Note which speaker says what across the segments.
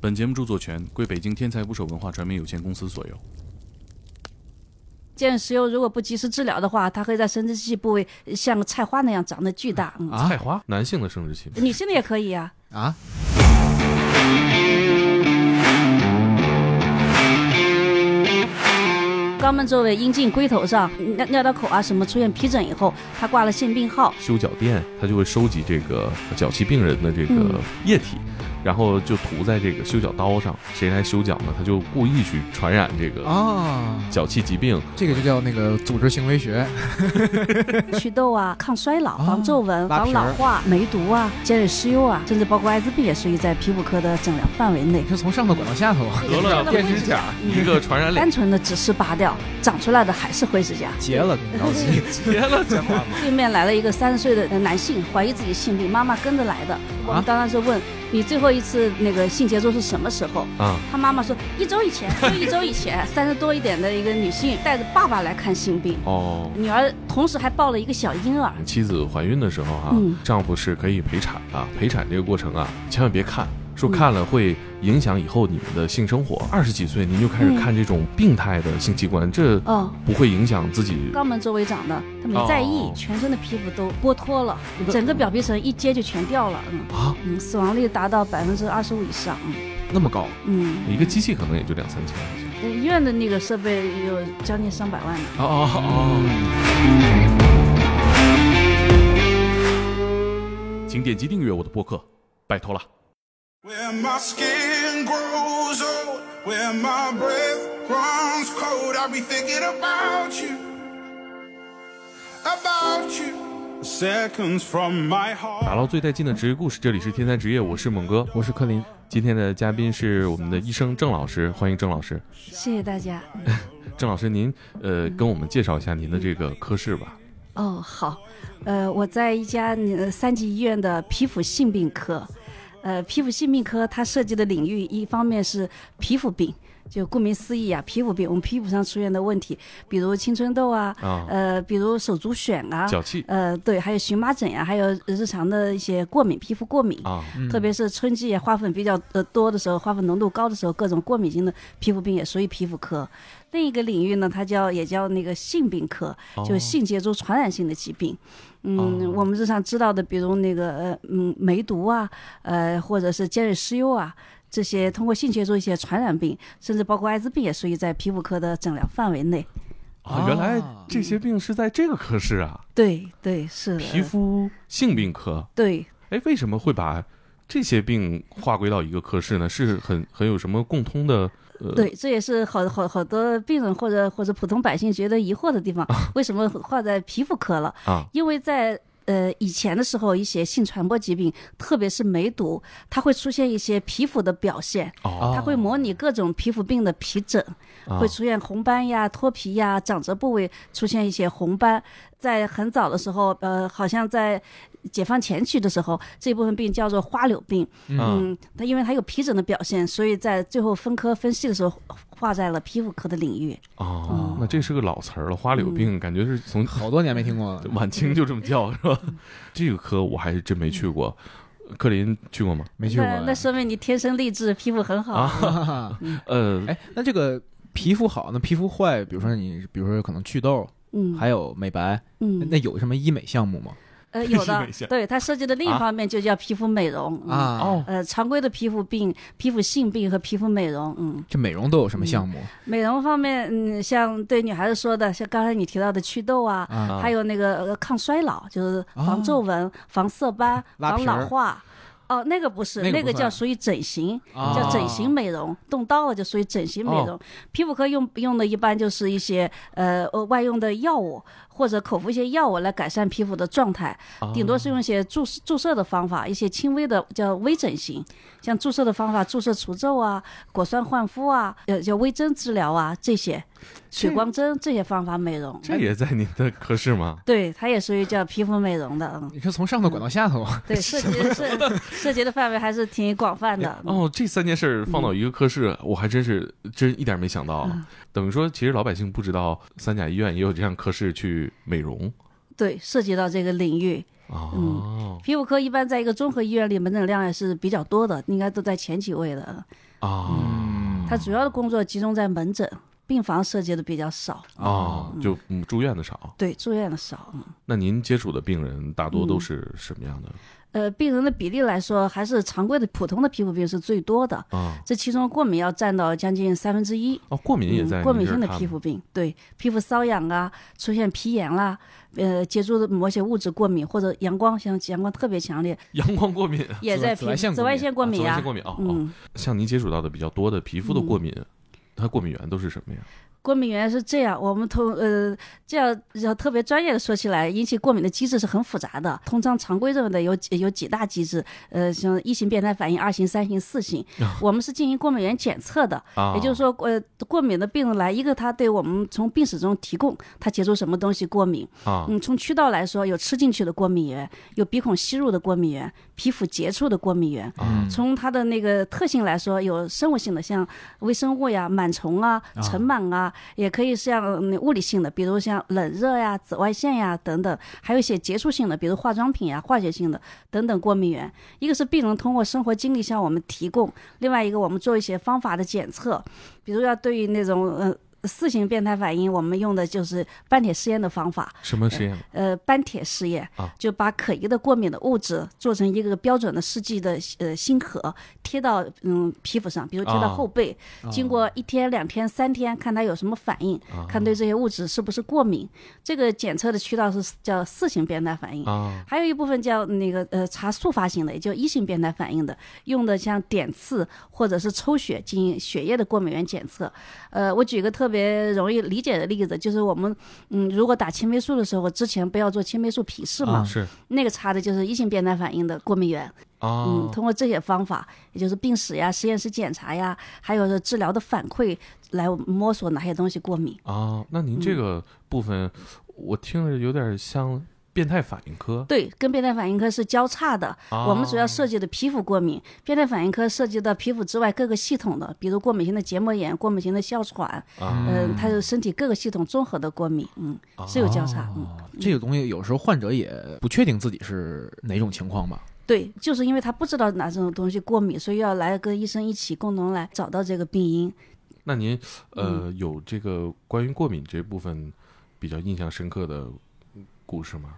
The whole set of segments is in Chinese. Speaker 1: 本节目著作权归北京天才捕手文化传媒有限公司所有。
Speaker 2: 见石油如果不及时治疗的话，它会在生殖器部位像个菜花那样长得巨大。嗯，
Speaker 1: 菜花，啊男性的生殖器。
Speaker 2: 女性的也可以啊。
Speaker 3: 啊？
Speaker 2: 肛门周围、阴茎、龟头上、尿尿道口啊什么出现皮疹以后，他挂了性病 号，
Speaker 1: 修脚店，他就会收集这个脚气病人的这个
Speaker 2: 嗯
Speaker 1: 液体，然后就涂在这个修脚刀上。谁来修脚呢？他就故意去传染这个
Speaker 3: 啊，
Speaker 1: 脚气疾病。
Speaker 3: 这个就叫那个组织行为学。
Speaker 2: 祛痘啊、抗衰老、
Speaker 3: 啊
Speaker 2: 防皱纹、
Speaker 3: 拉
Speaker 2: 防
Speaker 3: 皮儿
Speaker 2: 老化、梅毒啊、尖锐湿疣啊，甚至包括艾滋病也属于在皮肤科的诊疗范围内
Speaker 3: 你。是从上头管到下头，
Speaker 1: 得了
Speaker 3: 变指甲
Speaker 2: 嗯
Speaker 1: 一个传染
Speaker 2: 单
Speaker 1: 脸
Speaker 2: 纯的只是拔掉，长出来的还是灰指甲。
Speaker 3: 结了，着急。
Speaker 1: 结了，讲话吗？
Speaker 2: 对面来了一个三十岁的男性，怀疑自己性病，妈妈跟着来的。我
Speaker 3: 啊
Speaker 2: 们当时问你最后一次那个性接触是什么时候？
Speaker 1: 啊，
Speaker 2: 他妈妈说一周 以前，就一周以前。三十多一点的一个女性带着爸爸来看性病，
Speaker 1: 哦。
Speaker 2: 女儿同时还抱了一个小婴儿。
Speaker 1: 啊妻子怀孕的时候哈、
Speaker 2: 嗯
Speaker 1: 丈夫是可以陪产的。陪产这个过程啊，千万别看，说看了会影响以后你们的性生活。二十几岁您就开始
Speaker 2: 嗯
Speaker 1: 看这种病态的性器官，这
Speaker 2: 哦，
Speaker 1: 不会影响自己
Speaker 2: 肛门周围长的，他没在意
Speaker 1: 哦，
Speaker 2: 全身的皮肤都剥脱了，整个表皮层一揭就全掉了。嗯
Speaker 1: 啊？
Speaker 2: 嗯，死亡率达到百分之二十五以上。嗯
Speaker 3: 那么高，
Speaker 2: 嗯，
Speaker 1: 一个机器可能也就两三千。
Speaker 2: 呃医院的那个设备有将近上百万呢。
Speaker 1: 哦哦哦。请点击订阅我的播客，拜托了。
Speaker 4: Where my skin grows old, where my breath runs cold, I'll be thinking about you, about you. Seconds from my
Speaker 1: 打
Speaker 4: heart.
Speaker 1: 捞最带劲的职业故事，这里是天才职业，我是猛哥。
Speaker 3: 我是柯林，
Speaker 1: 今天的嘉宾是我们的医生郑老师，欢迎郑老师。
Speaker 2: 谢谢大家。
Speaker 1: 郑老师，您呃跟我们介绍一下您的这个科室吧。
Speaker 2: 哦，好，呃，我在一家呃三级医院的皮肤性病科，呃，皮肤性病科它涉及的领域，一方面是皮肤病，就顾名思义啊，皮肤病，我们皮肤上出现的问题，比如青春痘啊，
Speaker 1: 啊
Speaker 2: 呃，比如手足癣啊，
Speaker 1: 脚气
Speaker 2: 呃，对，还有荨麻疹呀、还有日常的一些过敏，皮肤过敏。
Speaker 1: 啊，
Speaker 2: 特别是春季花粉比较呃多的时候，花粉浓度高的时候，各种过敏性的皮肤病也属于皮肤科。另一个领域呢，它叫也叫那个性病科，
Speaker 1: 哦
Speaker 2: 就是性接触传染性的疾病。嗯，我们日常知道的，比如那个呃嗯梅毒啊，呃或者是尖锐湿疣啊。这些通过性接触一些传染病，甚至包括艾滋病，也属于在皮肤科的诊疗范围内。
Speaker 1: 啊，原来这些病是在这个科室啊，
Speaker 2: 对对是的
Speaker 1: 皮肤性病科。
Speaker 2: 对
Speaker 1: 哎，为什么会把这些病划归到一个科室呢？是很很有什么共通的？呃，
Speaker 2: 对，这也是好好好多病人或者或者普通百姓觉得疑惑的地方， 为什么划在皮肤科了？
Speaker 1: 啊，
Speaker 2: 因为在呃以前的时候，一些性传播疾病，特别是梅毒，它会出现一些皮肤的表现，
Speaker 1: 哦，
Speaker 2: 它会模拟各种皮肤病的皮疹，
Speaker 1: 啊
Speaker 2: 会出现红斑呀、脱皮呀、长着部位出现一些红斑。在很早的时候，呃，好像在解放前期的时候，这部分病叫做花柳病。
Speaker 1: 嗯
Speaker 2: 嗯，它因为它有皮疹的表现，所以在最后分科分析的时候，划在了皮肤科的领域。
Speaker 1: 哦，那这是个老词儿了，花
Speaker 2: 嗯
Speaker 1: 柳病，感觉是从
Speaker 3: 好多年没听过了。
Speaker 1: 晚清就这么叫是吧？
Speaker 2: 嗯
Speaker 1: 这个科我还真没去过，克林去过吗？
Speaker 3: 没去过哎
Speaker 2: 那那说明你天生丽质，皮肤很好。
Speaker 3: 啊。
Speaker 1: 呃，
Speaker 3: 哎，那这个皮肤好，那皮肤坏，比如说你，比如说可能祛痘，
Speaker 2: 嗯，
Speaker 3: 还有美白，
Speaker 2: 嗯，
Speaker 3: 那有什么医美项目吗？
Speaker 2: 呃，有
Speaker 1: 医
Speaker 2: 的
Speaker 1: 美项，
Speaker 2: 对它涉及的另一
Speaker 1: 啊
Speaker 2: 方面就叫皮肤美容。嗯
Speaker 3: 啊，
Speaker 1: 哦，
Speaker 2: 呃，常规的皮肤病、皮肤性病和皮肤美容，嗯，
Speaker 3: 这美容都有什么项目
Speaker 2: 美容方面，嗯，像对女孩子说的，像刚才你提到的祛痘啊，
Speaker 3: 啊？
Speaker 2: 还有那个呃抗衰老，就是防皱纹、防色斑、
Speaker 3: 拉
Speaker 2: 防
Speaker 3: 皮儿
Speaker 2: 老化。哦，那个不是，
Speaker 3: 那
Speaker 2: 那
Speaker 3: 个不
Speaker 2: 个叫
Speaker 3: 算
Speaker 2: 属于整形，
Speaker 3: 啊
Speaker 1: 哦
Speaker 2: 叫整形美容。动刀了就属于整形美容。皮肤科用用的一般就是一些呃呃外用的药物或者口服一些药物来改善皮肤的状态，
Speaker 1: 哦
Speaker 2: 顶多是用一些注注射的方法，一些轻微的叫微整形，像注射的方法，注射除皱啊、果酸焕肤啊、呃叫微针治疗啊这些，水光针这些方法美容。嗯
Speaker 1: 这也在您的科室吗？
Speaker 2: 对，它也属于叫皮肤美容的，嗯，
Speaker 3: 你是从上头管到下头，
Speaker 2: 对，涉及涉涉及的范围还是挺广泛的。嗯
Speaker 1: 哦，这三件事儿放到一个科室，我还真是真一点没啊
Speaker 2: 嗯
Speaker 1: 想到。等于说，其实老百姓不知道三甲医院也有这样科室去美容
Speaker 2: 对，涉及到这个领域。
Speaker 1: 哦
Speaker 2: 皮肤科一般在一个综合医院里门诊量也是比较多的，应该都在前几位的。
Speaker 1: 啊
Speaker 2: 它主要的工作集中在门诊，病房涉及的比较少，
Speaker 1: 啊，就嗯住院的少。
Speaker 2: 对，住院的少。嗯
Speaker 1: 那您接触的病人大多都是什么样的
Speaker 2: 呃，病人的比例来说，还是常规的普通的皮肤病是最多的。
Speaker 1: 啊？
Speaker 2: 这其中过敏要占到将近三分之一，
Speaker 1: 哦，过敏也在
Speaker 2: 嗯、过
Speaker 1: 您
Speaker 2: 敏
Speaker 1: 这儿
Speaker 2: 性的
Speaker 1: 看
Speaker 2: 皮
Speaker 1: 吗
Speaker 2: 肤病，对皮肤瘙痒啊，出现皮炎啦、呃，接触的某些物质过敏，或者阳光，像阳光特别强烈，
Speaker 1: 阳光过敏、
Speaker 2: 也
Speaker 3: 紫
Speaker 2: 在
Speaker 3: 外
Speaker 2: 皮
Speaker 3: 紫外线
Speaker 2: 肤紫
Speaker 3: 过
Speaker 2: 外
Speaker 3: 敏
Speaker 2: 线 过敏
Speaker 1: 紫外
Speaker 2: 啊
Speaker 1: 线，过敏哦哦，
Speaker 2: 嗯，
Speaker 1: 像您接触到的比较多的皮肤的过敏，它过敏源都是什么呀？
Speaker 2: 过敏源是这样，我们通呃，这样要特别专业的说起来，引起过敏的机制是很复杂的。通常常规认为的有几有几大机制，呃，像一型变态反应、二型、三型、四型，我们是进行过敏原检测的，
Speaker 1: 啊，
Speaker 2: 也就是说，呃，过敏的病人来，一个他对我们从病史中提供他接触什么东西过敏，
Speaker 1: 啊
Speaker 2: 嗯，从渠道来说，有吃进去的过敏源，有鼻孔吸入的过敏源，皮肤接触的过敏源。
Speaker 1: 啊
Speaker 2: 从它的那个特性来说，有生物性的，像微生物呀、螨虫啊、尘螨啊，也可以像嗯物理性的，比如像冷热呀、紫外线呀等等，还有一些接触性的，比如化妆品呀、化学性的等等过敏源。一个是病人通过生活经历向我们提供，另外一个我们做一些方法的检测，比如要对于那种呃。四型变态反应，我们用的就是斑铁试验的方法，
Speaker 1: 什么实验
Speaker 2: 呃斑铁试验
Speaker 1: 啊，
Speaker 2: 就把可疑的过敏的物质做成一个标准的试剂的呃芯壳，贴到嗯皮肤上，比如贴
Speaker 1: 啊啊
Speaker 2: 到后背，经过一天、两天、三天，看它有什么反应，看对这些物质是不是过敏。这个检测的渠道是叫四型变态反应。
Speaker 1: 啊？
Speaker 2: 还有一部分叫那个呃查速发性的，也就一型变态反应的，用的像点刺或者是抽血进行血液的过敏原检测。呃，我举个特别容易理解的例子，就是我们嗯，如果打青霉素的时候，之前不要做青霉素皮试嘛，
Speaker 3: 啊
Speaker 1: 是
Speaker 2: 那个查的就是一型变态反应的过敏原。
Speaker 1: 啊，
Speaker 2: 嗯，通过这些方法，也就是病史呀、实验室检查呀，还有是治疗的反馈，来摸索哪些东西过敏。
Speaker 1: 啊，那您这个部分，我听着有点像变态反应科。
Speaker 2: 对，跟变态反应科是交叉的。
Speaker 1: 啊
Speaker 2: 我们主要涉及的皮肤过敏，变态反应科涉及到皮肤之外各个系统的，比如过敏性的结膜炎、过敏性的哮喘，
Speaker 1: 啊啊
Speaker 2: 嗯、它是身体各个系统综合的过敏，嗯，是有交叉，嗯，
Speaker 1: 哦
Speaker 3: 这个东西有时候患者也不确定自己是哪种情况吧？
Speaker 2: 对，就是因为他不知道哪种东西过敏，所以要来跟医生一起共同来找到这个病因。
Speaker 1: 那您呃有这个关于过敏这部分比较印象深刻的故事吗？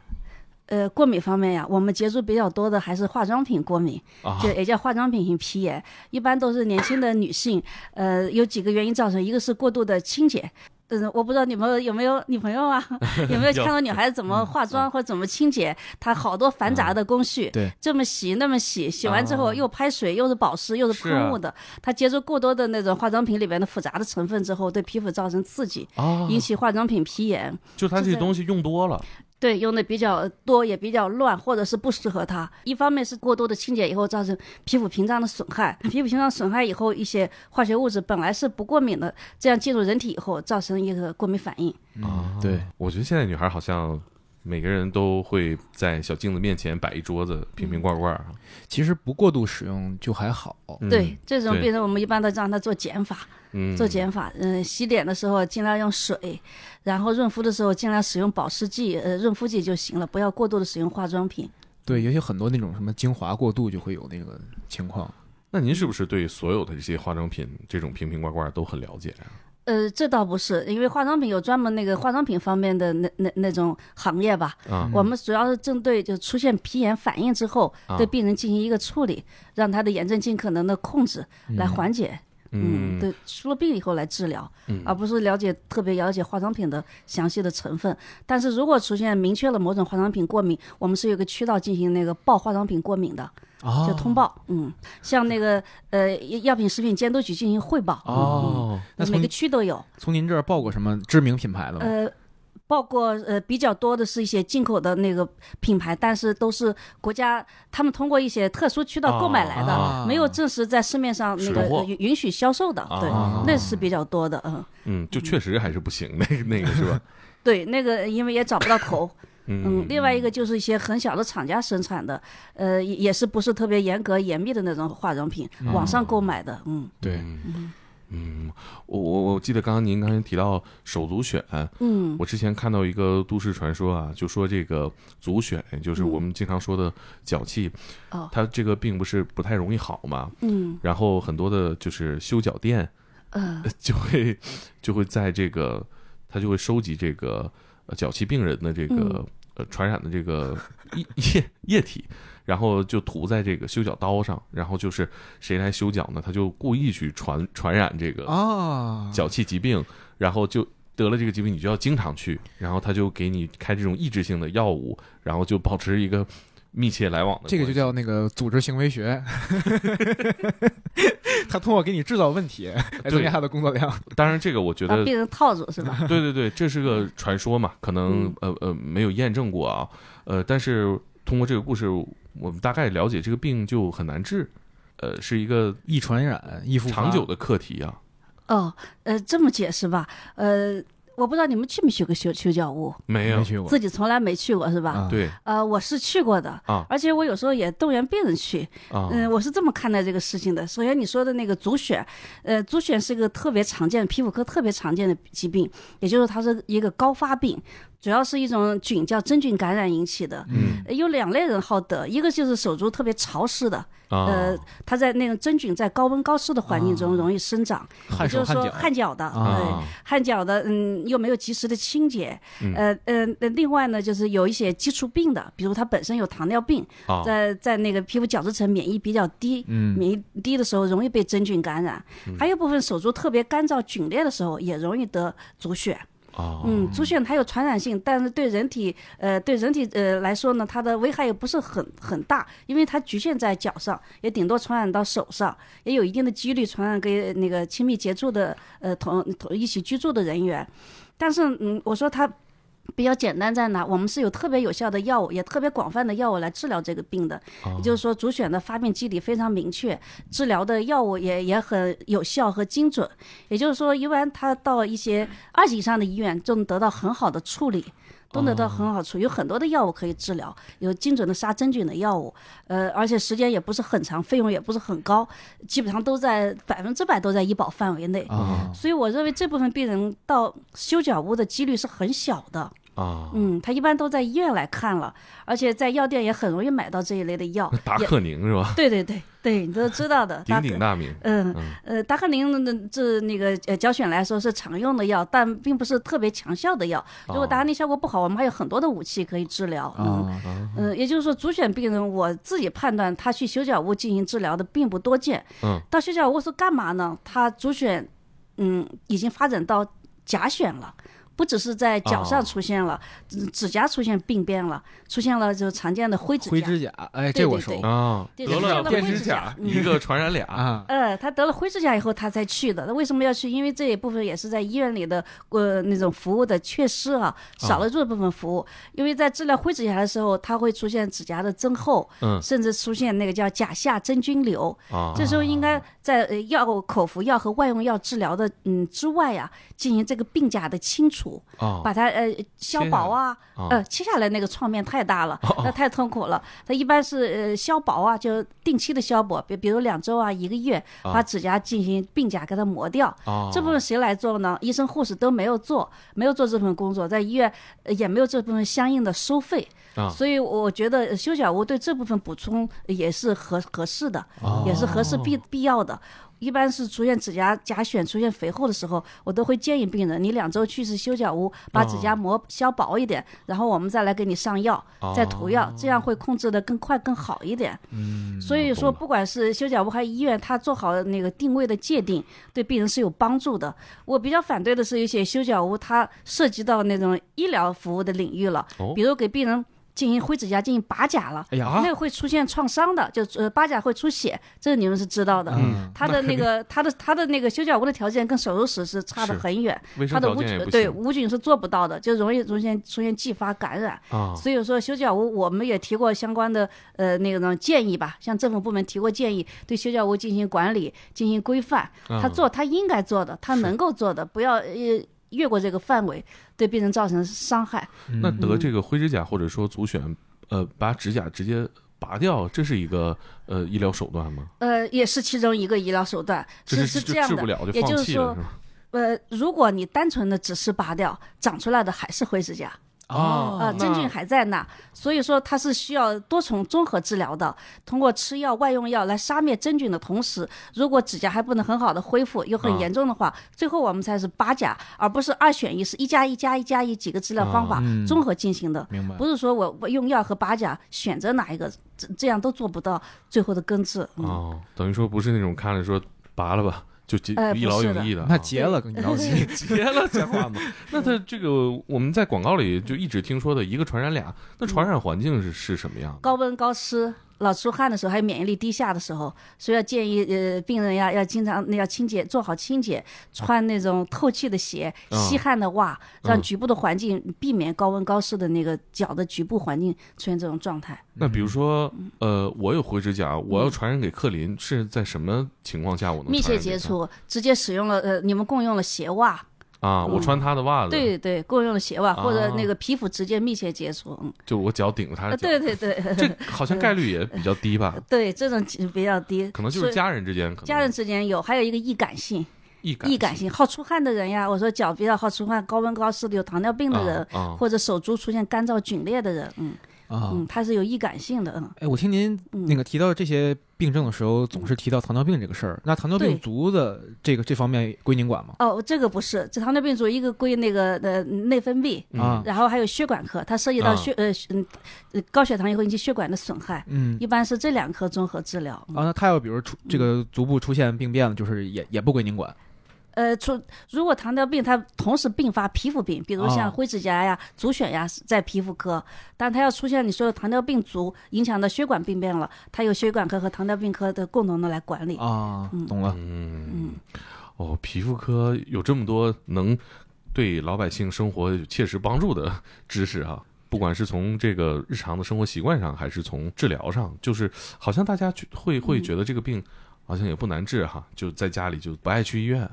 Speaker 2: 呃，过敏方面呀，我们接触比较多的还是化妆品过敏，
Speaker 1: 啊
Speaker 2: 就也叫化妆品型皮炎，一般都是年轻的女性。呃，有几个原因造成，一个是过度的清洁。嗯，我不知道你们有没有女朋友 啊？有没有看到女孩子怎
Speaker 1: 嗯
Speaker 2: 么化妆或者怎么清洁？她好多繁杂的工序，
Speaker 3: 对，
Speaker 2: 这么洗那么洗，洗完之
Speaker 1: 啊
Speaker 2: 后又拍水，又是保湿，又是
Speaker 1: 是啊
Speaker 2: 喷雾的。她接触过多的那种化妆品里边的复杂的成分之后，对皮肤造成刺激，
Speaker 1: 啊，
Speaker 2: 引起化妆品皮炎。
Speaker 1: 就他这东西用多了
Speaker 2: 对，用的比较多，也比较乱，或者是不适合它。一方面是过多的清洁以后造成皮肤屏障的损害，皮肤屏障损害以后，一些化学物质本来是不过敏的，这样进入人体以后造成一个过敏反应。
Speaker 1: 啊。
Speaker 3: 对，
Speaker 1: 我觉得现在女孩好像每个人都会在小镜子面前摆一桌子瓶瓶罐罐啊。
Speaker 3: 其实不过度使用就还好。
Speaker 1: 嗯
Speaker 2: 对，这种
Speaker 1: 对
Speaker 2: 病人，我们一般都让他做减法，
Speaker 1: 嗯，
Speaker 2: 做减法。嗯、洗脸的时候尽量用水，然后润肤的时候尽量使用保湿剂、呃润肤剂就行了，不要过度的使用化妆品。
Speaker 3: 对，也许很多那种什么精华过度就会有那个情况。
Speaker 1: 那您是不是对所有的这些化妆品这种瓶瓶罐罐都很了解啊？
Speaker 2: 呃，这倒不是，因为化妆品有专门那个化妆品方面的那那那种行业吧。
Speaker 1: 啊
Speaker 2: 我们主要是针对就出现皮炎反应之后，
Speaker 1: 啊
Speaker 2: 对病人进行一个处理，让他的炎症尽可能的控制，来缓解。嗯，对，出了病以后来治疗，而不是了解特别了解化妆品的详细的成分。但是如果出现明确了某种化妆品过敏，我们是有一个渠道进行那个报化妆品过敏的，
Speaker 3: 啊
Speaker 2: 就通报。嗯，像那个呃药品食品监督局进行汇报。
Speaker 1: 哦，
Speaker 3: 那
Speaker 2: 嗯，
Speaker 3: 从
Speaker 2: 每个区都有。
Speaker 3: 从您这儿报过什么知名品
Speaker 1: 啊
Speaker 3: 牌的吗？
Speaker 2: 呃，包括呃比较多的是一些进口的那个品牌，但是都是国家他们通过一些特殊渠道购买来的，
Speaker 3: 啊
Speaker 2: 没有正式在市面上那个
Speaker 1: 水货
Speaker 2: 呃允允许销售的，对，
Speaker 1: 啊
Speaker 2: 那是比较多的，嗯，
Speaker 1: 嗯，就确实还是不行，那个那个是吧？
Speaker 2: 对，那个因为也找不到头，
Speaker 1: 嗯
Speaker 2: 嗯，另外一个就是一些很小的厂家生产的，呃，也也是不是特别严格严密的那种化妆品，网上购买的，嗯，
Speaker 3: 对，
Speaker 1: 嗯，我我我记得刚刚您刚才提到手足癣，
Speaker 2: 嗯，
Speaker 1: 我之前看到一个都市传说啊，就说这个足癣，就是我们经常说的脚气，
Speaker 2: 嗯哦，
Speaker 1: 它这个病不是不太容易好嘛，
Speaker 2: 嗯，
Speaker 1: 然后很多的就是修脚店
Speaker 2: 呃，
Speaker 1: 就会就会在这个，他就会收集这个呃脚气病人的这个、
Speaker 2: 嗯
Speaker 1: 呃传染的这个液液液体，然后就涂在这个修脚刀上，然后就是谁来修脚呢，他就故意去传传染这个
Speaker 3: 啊，
Speaker 1: 脚气疾病，然后就得了这个疾病，你就要经常去，然后他就给你开这种抑制性的药物，然后就保持一个密切来往的关系。
Speaker 3: 这个就叫那个组织行 为学，他通过给你制造问题来增加他的工作量。
Speaker 1: 当然，这个我觉
Speaker 2: 把
Speaker 1: 得
Speaker 2: 病人套住是吧？
Speaker 1: 对对对，这是个传说嘛，可能呃呃没有验证过啊，呃，但是通过这个故事，我们大概了解这个病就很难治，呃，是一个
Speaker 3: 易传染，易复发
Speaker 1: 长久的课题啊。
Speaker 2: 哦，呃，这么解释吧，呃，我不知道你们去没去过修修脚屋，
Speaker 1: 没有
Speaker 3: 没，去过
Speaker 2: 自己从来没去过是吧？
Speaker 3: 啊
Speaker 1: 对
Speaker 2: 呃，我是去过的，
Speaker 1: 啊
Speaker 2: 而且我有时候也动员别人去，
Speaker 1: 啊，
Speaker 2: 嗯、我是这么看待这个事情的。首先你说的那个足癣，呃，足癣是个特别常见的皮肤科特别常见的疾病，也就是它是一个高发病，主要是一种菌叫真菌感染引起的。
Speaker 1: 嗯
Speaker 2: 呃有两类人好得，一个就是手足特别潮湿的，
Speaker 1: 啊，
Speaker 2: 呃，它在那个真菌在高温高湿的环境中
Speaker 3: 啊
Speaker 2: 容易生长，
Speaker 3: 汗
Speaker 2: 也就
Speaker 3: 手
Speaker 2: 是
Speaker 3: 汗
Speaker 2: 说
Speaker 3: 脚
Speaker 2: 汗脚的，对，
Speaker 1: 啊
Speaker 2: 汗脚的，嗯，又没有及时的清洁，
Speaker 1: 嗯
Speaker 2: 呃呃，那另外呢，就是有一些基础病的，比如他本身有糖尿病，
Speaker 1: 啊，
Speaker 2: 在在那个皮肤角质层免疫比较低，
Speaker 3: 嗯
Speaker 2: 免疫低的时候容易被真菌感染，还有部分手足特别干燥皲裂的时候也容易得足癣，
Speaker 1: 啊
Speaker 2: 嗯，足癣它有传染性，但是对人体呃对人体呃来说呢，它的危害也不是很很大，因为它局限在脚上，也顶多传染到手上，也有一定的几率传染给那个亲密接触的呃同同一起居住的人员。但是嗯，我说它。比较简单在哪？我们是有特别有效的药物，也特别广泛的药物来治疗这个病的。也就是说，足癣的发病机理非常明确，治疗的药物也也很有效和精准。也就是说，一般他到一些二级以上的医院，就能得到很好的处理，都能得到很好处理。有很多的药物可以治疗，有精准的杀真菌的药物，呃，而且时间也不是很长，费用也不是很高，基本上都在百分之百都在医保范围
Speaker 1: 嗯
Speaker 2: 内。
Speaker 3: 啊，
Speaker 2: 所以我认为这部分病人到修脚屋的几率是很小的。
Speaker 1: 啊，。
Speaker 2: 嗯，他一般都在医院来看了，而且在药店也很容易买到这一类的药
Speaker 1: 达
Speaker 2: 也
Speaker 1: 克宁是吧？
Speaker 2: 对对对对，你都知道的。
Speaker 1: 鼎
Speaker 2: 达
Speaker 1: 鼎
Speaker 2: 克
Speaker 1: 大名
Speaker 2: 嗯
Speaker 1: 嗯
Speaker 2: 呃，达克宁的这那个呃胶选来说是常用的药，但并不是特别强效的药。如果达克宁效果不好，我们还有很多的武器可以治疗。
Speaker 1: 哦
Speaker 2: 嗯
Speaker 3: 啊
Speaker 2: 嗯、也就是说，足癣病人我自己判断他去修脚屋进行治疗的并不多见。
Speaker 1: 嗯，
Speaker 2: 到修脚屋是干嘛呢？他足癣嗯已经发展到甲癣了。不只是在脚上
Speaker 1: 哦
Speaker 2: 出现了，指指甲出现病变了，出现了就常见的灰指甲。
Speaker 3: 灰指甲，哎，
Speaker 2: 对
Speaker 3: 这我
Speaker 2: 对
Speaker 3: 熟
Speaker 2: 对
Speaker 1: 啊，
Speaker 2: 对
Speaker 1: 得
Speaker 2: 得
Speaker 1: 了
Speaker 2: 了
Speaker 1: 电
Speaker 2: 灰
Speaker 1: 指
Speaker 2: 指甲嗯
Speaker 1: 甲，一个传染俩，
Speaker 3: 啊，
Speaker 2: 呃，他得了灰指甲以后，他才去的。那为什么要去？因为这一部分也是在医院里的呃那种服务的缺失啊，少了这部分服务。因为在治疗灰指甲的时候，它会出现指甲的增厚，
Speaker 1: 嗯
Speaker 2: 甚至出现那个叫甲下真菌瘤。
Speaker 1: 啊
Speaker 2: 这时候应该在呃药物口服药和外用药治疗的嗯之外呀、进行这个病甲的清除，
Speaker 1: 啊
Speaker 2: 把它呃消薄啊，
Speaker 1: 啊哦
Speaker 2: 呃切下来那个创面太大了，那太痛苦了。它一般是呃消薄啊，就定期的消薄，比比如两周啊、一个月，
Speaker 1: 啊
Speaker 2: 把指甲进行病甲给它磨掉。
Speaker 1: 啊，
Speaker 2: 这部分谁来做呢？医生、护士都没有做，没有做这份工作，在医院呃也没有这部分相应的收费，
Speaker 1: 啊
Speaker 2: 所以我觉得呃修脚屋对这部分补充也是合合适的，也是合适必必要的。一般是出现指甲甲癣、出现肥厚的时候，我都会建议病人，你两周去一次修脚屋，把指甲磨削薄一点，然后我们再来给你上药，再涂药，这样会控制的更快更好一点。嗯，所以说不管是修脚屋还是医院，它做好那个定位的界定，对病人是有帮助的。我比较反对的是一些修脚屋，它涉及到那种医疗服务的领域了，
Speaker 1: 哦
Speaker 2: 比如给病人进行灰指甲进行拔甲了。
Speaker 3: 哎呀，
Speaker 2: 那个会出现创伤的，就呃八甲会出血，这个你们是知道的。
Speaker 3: 嗯
Speaker 2: 他的那个他的他的那个修脚屋的条件跟手术室是差得
Speaker 1: 是
Speaker 2: 很远，
Speaker 1: 卫
Speaker 2: 他
Speaker 1: 生
Speaker 2: 的呃
Speaker 1: 条
Speaker 2: 无
Speaker 1: 件也
Speaker 2: 菌
Speaker 1: 不
Speaker 2: 对
Speaker 1: 行
Speaker 2: 无菌是做不到的，就容易出现出现继发感染。
Speaker 1: 啊
Speaker 2: 所以说修脚屋我们也提过相关的呃那种建议吧，向政府部门提过建议，对修脚屋进行管理、进行规范。他
Speaker 1: 嗯
Speaker 2: 做他应该做的，他能够做的，不要呃越过这个范围，对病人造成伤害。
Speaker 1: 那
Speaker 3: 嗯
Speaker 1: 得这个灰指甲或者说足癣，呃，把指甲直接拔掉，这是一个呃医疗手段吗？
Speaker 2: 呃，也是其中一个医疗手段，
Speaker 1: 这
Speaker 2: 是
Speaker 1: 是
Speaker 2: 这
Speaker 1: 治
Speaker 2: 样
Speaker 1: 治
Speaker 2: 的
Speaker 1: 不。了就
Speaker 2: 也
Speaker 1: 放
Speaker 2: 就是
Speaker 1: 弃
Speaker 2: 说
Speaker 1: 了是吗？
Speaker 2: 呃，如果你单纯的只是拔掉，长出来的还是灰指甲
Speaker 3: 哦
Speaker 2: 啊、真菌还在那，所以说它是需要多重综合治疗的，通过吃药、外用药来杀灭真菌的同时，如果指甲还不能很好的恢复，又很
Speaker 1: 啊
Speaker 2: 严重的话，最后我们才是八甲，而不是二选一，是一加一加一加一几个治疗方法、综合进行的。
Speaker 3: 明白
Speaker 2: 不是说我我用药和拔甲选择哪一个，这这样都做不到最后的根治。嗯、
Speaker 1: 哦，等于说不是那种看着说拔了吧， 就就
Speaker 2: 哎
Speaker 1: 一
Speaker 2: 不
Speaker 1: 劳
Speaker 2: 是
Speaker 1: 永
Speaker 2: 的
Speaker 1: 逸的啊，
Speaker 3: 那结了更着急。
Speaker 1: 结了这话嘛。那它这个我们在广告里就一直听说的一个传染俩，那传染环境是是什么样的？
Speaker 2: 高温高湿、老出汗的时候，还有免疫力低下的时候，所以要建议呃病人要要经常那要清洁，做好清洁，穿那种透气的鞋、
Speaker 1: 嗯
Speaker 2: 吸汗的袜，让
Speaker 1: 嗯
Speaker 2: 局部的环境避免高温高湿的那个脚的局部环境出现这种状态。
Speaker 1: 那比如说，呃，我有灰指甲，我要传染给克林，是在什么情况下我能
Speaker 2: 嗯密
Speaker 1: 传
Speaker 2: 切
Speaker 1: 染给
Speaker 2: 接
Speaker 1: 他
Speaker 2: 触直接使用了呃，你们共用了鞋袜，
Speaker 1: 啊？我穿他的袜子，
Speaker 2: 嗯对对，共用了鞋袜或者
Speaker 1: 啊
Speaker 2: 那个皮肤直接密切接触，嗯，
Speaker 1: 就我脚顶着他
Speaker 2: 呃
Speaker 1: 的脚，
Speaker 2: 对对对
Speaker 1: 这好像概率也比较低吧？
Speaker 2: 对，这种情比较低，
Speaker 1: 可能就
Speaker 2: 所
Speaker 1: 是
Speaker 2: 以
Speaker 1: 家人之间，可能
Speaker 2: 家人之间有，还有一个易感性。
Speaker 1: 易感
Speaker 2: 易感性好出汗的人呀，我说脚比较好出汗，高温高湿的有糖尿病的人，
Speaker 1: 啊啊
Speaker 2: 或者手足出现干燥皲裂的人，嗯
Speaker 3: 啊。
Speaker 2: 嗯，他是有易感性的，嗯，
Speaker 3: 哎，我听您那个提到这些病症的时候，总是提到糖尿病这个事儿。那糖尿
Speaker 2: 对
Speaker 3: 病足的这个这方面归您管吗？
Speaker 2: 哦，这个不是，这糖尿病足一个归那个呃内分泌，
Speaker 1: 嗯
Speaker 3: 啊，
Speaker 2: 然后还有血管科，它涉及
Speaker 1: 啊
Speaker 2: 到血、呃血嗯呃高血糖以后引起血管的损害，
Speaker 3: 嗯
Speaker 2: 一般是这两科综合治疗。嗯
Speaker 3: 啊，那他要比如出这个足部出现病变了，就是也也不归您管。
Speaker 2: 呃，除如果糖尿病它同时并发皮肤病，比如
Speaker 3: 哦
Speaker 2: 像灰指甲呀、足癣呀，在皮肤科，但它要出现你说的糖尿病足，影响到血管病变了，它由血管科和糖尿病科的共同的来管
Speaker 1: 哦
Speaker 2: 理。
Speaker 3: 啊，懂了。
Speaker 1: 嗯，哦，皮肤科有这么多能对老百姓生活有切实帮助的知识啊，不管是从这个日常的生活习惯上，还是从治疗上，就是好像大家去会会
Speaker 2: 嗯
Speaker 1: 觉得这个病好像也不难治哈，就在家里就不爱去医院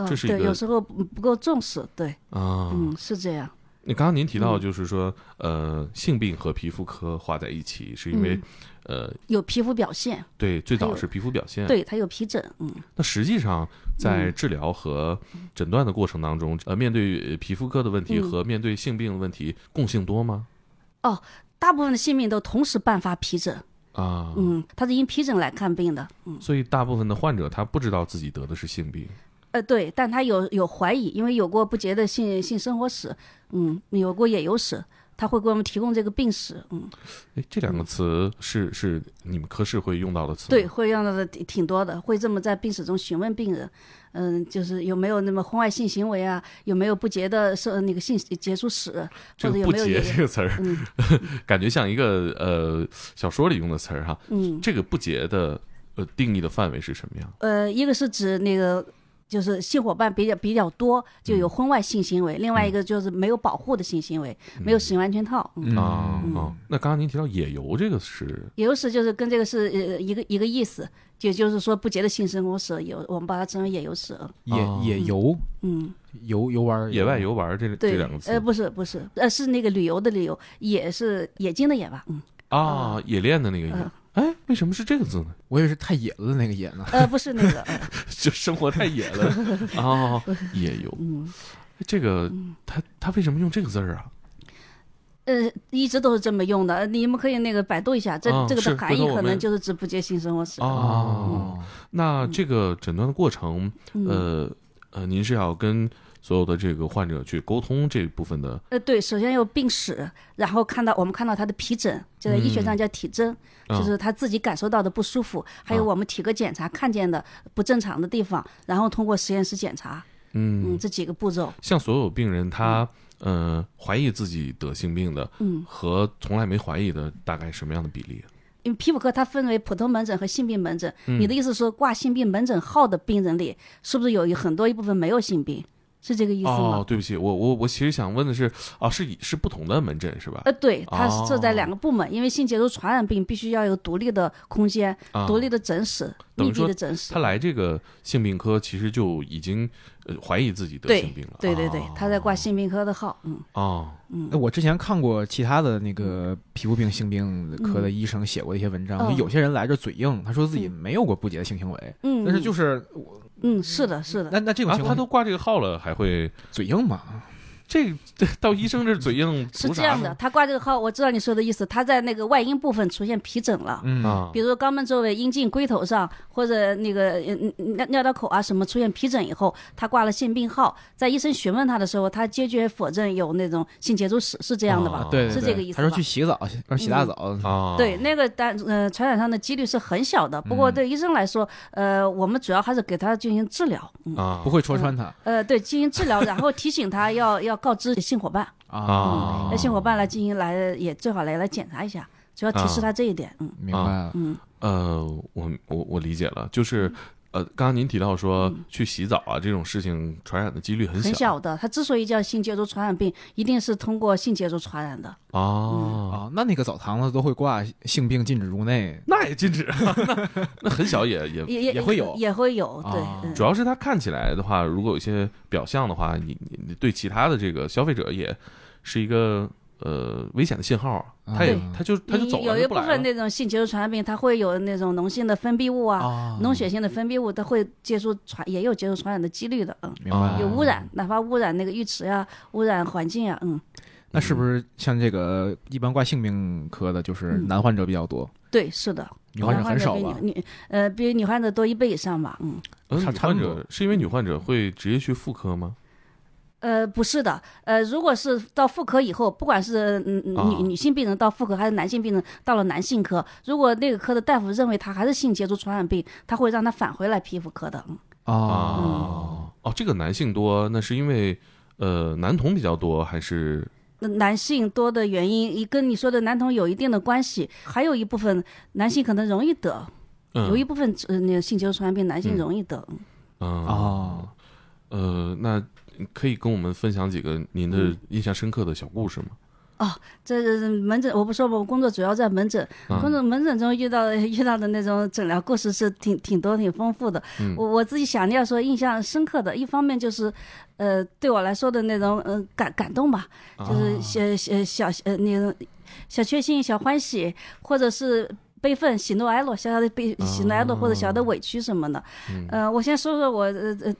Speaker 2: 嗯、
Speaker 1: 这是一
Speaker 2: 对，
Speaker 1: 个
Speaker 2: 有时候不不够重视，对，
Speaker 1: 啊。
Speaker 2: 嗯，是这样。
Speaker 1: 那刚刚您提到就是说，呃，性病和皮肤科画在一起，是因为呃，
Speaker 2: 有皮肤表现，
Speaker 1: 对，最
Speaker 2: 嗯还
Speaker 1: 早
Speaker 2: 有
Speaker 1: 是皮肤表现，
Speaker 2: 对，它有皮疹，嗯，
Speaker 1: 那实际上，在治疗和诊断的过程当中，呃，面对呃皮肤科的问题
Speaker 2: 嗯
Speaker 1: 和面对性病的问题，共性多吗？
Speaker 2: 大部分的性病都同时伴发皮疹，
Speaker 1: 啊，
Speaker 2: 嗯，它是因皮疹来看病的，嗯，
Speaker 1: 所以大部分的患者他不知道自己得的是性病。
Speaker 2: 呃，对，但他有有怀疑，因为有过不洁的性性生活史，嗯，有过野游史，他会给我们提供这个病史，嗯，
Speaker 1: 哎，这两个词是是你们科室会用到的词吗？
Speaker 2: 对，会用到的挺挺多的，会这么在病史中询问病人，嗯，就是有没有那么婚外性行为啊，有没有不洁的是那个性接触史，
Speaker 1: 这
Speaker 2: 或者
Speaker 1: 个
Speaker 2: 嗯有
Speaker 1: 不
Speaker 2: 没有
Speaker 1: 洁
Speaker 2: 野
Speaker 1: 这个词儿，
Speaker 2: 嗯
Speaker 1: 感觉像一个呃小说里用的词儿哈。
Speaker 2: 嗯
Speaker 1: 这个不洁的呃定义的范围是什么样？
Speaker 2: 呃，一个是指那个。就是性伙伴比较比较多，就有婚外性行为；另外一个就是没有保护的性行为，没有使用安全套。嗯，
Speaker 1: 啊啊，那刚刚您提到野游这个是
Speaker 2: 有史就是跟这个是呃一个一个意思，也就是说不洁的性生活史有，我们把它称为野游史。
Speaker 1: 啊
Speaker 3: 野野游
Speaker 2: 嗯，
Speaker 3: 游游玩儿
Speaker 1: 野外游玩儿这这
Speaker 2: 对
Speaker 1: 两个，词
Speaker 2: 呃，不是不是，呃，是那个旅游的旅游，也是野金的野吧？嗯，
Speaker 1: 啊，冶炼的那个冶
Speaker 2: 嗯。
Speaker 1: 哎，为什么是这个字呢？
Speaker 3: 我以为是太野了的那个野呢。
Speaker 2: 呃，不是那个，呃
Speaker 1: 就生活太野了啊，野游。
Speaker 2: 嗯
Speaker 1: 哎这个他他为什么用这个字儿啊？
Speaker 2: 呃，一直都是这么用的。呃你们可以那个百度一下，这、
Speaker 1: 啊
Speaker 2: 这个
Speaker 1: 是
Speaker 2: 的含
Speaker 1: 回
Speaker 2: 义
Speaker 1: 头我
Speaker 2: 可
Speaker 1: 们
Speaker 2: 能就是指不洁性生活史。
Speaker 3: 啊
Speaker 1: 哦，那这个诊断的过程，
Speaker 2: 嗯，
Speaker 1: 呃呃，您是要跟所有的这个患者去沟通这部分的
Speaker 2: 呃，对，首先有病史，然后看到我们看到他的皮疹，就在医学上叫体征，
Speaker 1: 嗯啊
Speaker 2: 就是他自己感受到的不舒服，还有
Speaker 1: 啊
Speaker 2: 我们体格检查看见的不正常的地方，然后通过实验室检查，
Speaker 1: 嗯，
Speaker 2: 嗯，这几个步骤，
Speaker 1: 像所有病人他呃怀疑自己得性病的
Speaker 2: 嗯，
Speaker 1: 和从来没怀疑的大概什么样的比例？啊
Speaker 2: 因为皮肤科它分为普通门诊和性病门
Speaker 1: 嗯
Speaker 2: 诊，你的意思是说挂性病门诊号的病人里，是不是有很多一部分没有性病？是这个意思吗？
Speaker 1: 哦，对不起，我我我其实想问的是，啊，是以是不同的门诊是吧？
Speaker 2: 呃，对，它是设在
Speaker 1: 哦
Speaker 2: 两个部门，因为性结构传染病必须要有独立的空间、
Speaker 1: 啊，
Speaker 2: 独立的诊室、
Speaker 1: 等于
Speaker 2: 密闭
Speaker 1: 说
Speaker 2: 的诊室
Speaker 1: 他。来这个性病科，其实就已经呃怀疑自己得
Speaker 2: 对
Speaker 1: 性病了。
Speaker 2: 对对对
Speaker 1: 哦，
Speaker 2: 他在挂性病科的号，嗯
Speaker 1: 哦，
Speaker 2: 嗯
Speaker 3: 哎，我之前看过其他的那个皮肤病、性病科的医生写过的一些文章，
Speaker 2: 嗯
Speaker 3: 就有些人来这嘴硬，他说自己
Speaker 2: 嗯
Speaker 3: 没有过不洁的性行为，
Speaker 2: 嗯，
Speaker 3: 但是就是是
Speaker 2: 嗯是的是的，
Speaker 3: 那那这种
Speaker 1: 啊，
Speaker 3: 情
Speaker 1: 他
Speaker 3: 况，
Speaker 1: 都挂这个号了，还会
Speaker 3: 嘴硬嘛？
Speaker 1: 这这到医生这嘴硬
Speaker 2: 是
Speaker 1: 图
Speaker 2: 这
Speaker 1: 啥
Speaker 2: 样的，他挂这个号，我知道你说的意思，他在那个外阴部分出现皮疹了。
Speaker 3: 嗯
Speaker 1: 呢啊
Speaker 2: 比如肛门周围、阴茎、龟头上，或者那个呃尿尿道口啊什么出现皮疹以后，他挂了性病号，在医生询问他的时候，他坚决否认有那种性接触史，是这样的吧？
Speaker 1: 哦
Speaker 3: 对，对
Speaker 2: 是
Speaker 3: 对嗯
Speaker 2: 这个意思
Speaker 3: 他说
Speaker 2: 吧嗯
Speaker 3: 去洗澡，让洗大澡，
Speaker 1: 啊，
Speaker 2: 对，那个单呃传染上的几率是很小的，不
Speaker 3: 嗯
Speaker 2: 过对医生来说，呃，我们主要还是给他进行治疗，嗯，
Speaker 1: 啊
Speaker 3: 不会戳穿他
Speaker 2: 呃，对，进行治疗，然后提醒他要要告知性伙伴，
Speaker 1: 啊
Speaker 3: 嗯哦
Speaker 2: 那、，性伙伴来进行来也最好来来检查一下，主要提示他这一点，嗯
Speaker 3: 明白了，
Speaker 2: 嗯，
Speaker 1: 呃，我我我理解了，就是呃，刚刚您提到说去洗澡啊这种事情传染的几率很
Speaker 2: 嗯很
Speaker 1: 小
Speaker 2: 小的，他之所以叫性接触传染病，一定是通过性接触传染的，嗯
Speaker 1: 啊，
Speaker 3: 啊，那那个澡堂子都会挂性病禁止入内，
Speaker 1: 那也禁止， 那那很小也嗯也。
Speaker 2: 也也
Speaker 3: 也会有
Speaker 2: 也会有，对，
Speaker 3: 啊
Speaker 2: 嗯
Speaker 1: 主要是它看起来的话，如果有一些表象的话，你你你对其他的这个消费者也是一个呃危险的信号，他也
Speaker 3: 嗯
Speaker 1: 他就他就走
Speaker 2: 啊有
Speaker 1: 了，
Speaker 2: 有一
Speaker 1: 就不
Speaker 2: 部
Speaker 1: 来
Speaker 2: 分
Speaker 1: 了。
Speaker 2: 那种性接触传染病，它会有那种脓性的分泌物啊，
Speaker 3: 啊
Speaker 2: 脓血性的分泌物，它会接触传，也有接触传染的几率的，嗯。
Speaker 3: 明白了
Speaker 2: 有污染，哪怕污染那个浴池呀、污染环境呀、嗯，
Speaker 3: 那是不是像这个一般挂性病科的，就是
Speaker 2: 嗯
Speaker 3: 男患者比较多，
Speaker 2: 对，是的，
Speaker 3: 女患者很少
Speaker 2: 比
Speaker 3: 吧？
Speaker 2: 女女呃比女患者多一倍以上吧，嗯，
Speaker 1: 嗯，
Speaker 3: 差
Speaker 1: 女
Speaker 3: 差
Speaker 1: 患
Speaker 3: 不多
Speaker 1: 者是因为女患者会直接去妇科吗？
Speaker 2: 呃不是的，呃如果是到妇科以后，不管是嗯嗯
Speaker 1: 啊
Speaker 2: 女女性病人到妇科，还是男性病人到了男性科，如果那个科的大夫认为他还是性接触传染病，他会让他返回来皮肤科的，嗯，
Speaker 3: 啊，
Speaker 1: 啊，哦，这个男性多，那是因为呃男童比较多，还是
Speaker 2: 那嗯男性多的原因，一跟你说的男童有一定的关系，还有一部分男性可能容易得，
Speaker 1: 嗯
Speaker 2: 有一部分呃那个性接触传染病男性
Speaker 1: 嗯
Speaker 2: 容易得，嗯
Speaker 1: 嗯
Speaker 3: 哦，
Speaker 1: 呃，那可以跟我们分享几个您的
Speaker 2: 嗯
Speaker 1: 印象深刻的小故事吗？
Speaker 2: 这这门诊我不说吧，我工作主要在门诊，
Speaker 1: 嗯
Speaker 2: 工作门诊中遇到 的遇到的那种诊疗故事是挺挺多、挺丰富的。
Speaker 1: 嗯
Speaker 2: 我我自己想要说印象深刻的，一方面就是，呃，对我来说的那种呃感感动吧，就是
Speaker 1: 啊
Speaker 2: 小小小小呃那种小确幸、小欢喜，或者是。悲愤、喜怒哀乐，小小的悲、喜怒哀乐，或者
Speaker 1: 哦
Speaker 2: 小的委屈什么的。
Speaker 1: 嗯
Speaker 2: 呃，我先说说我呃呃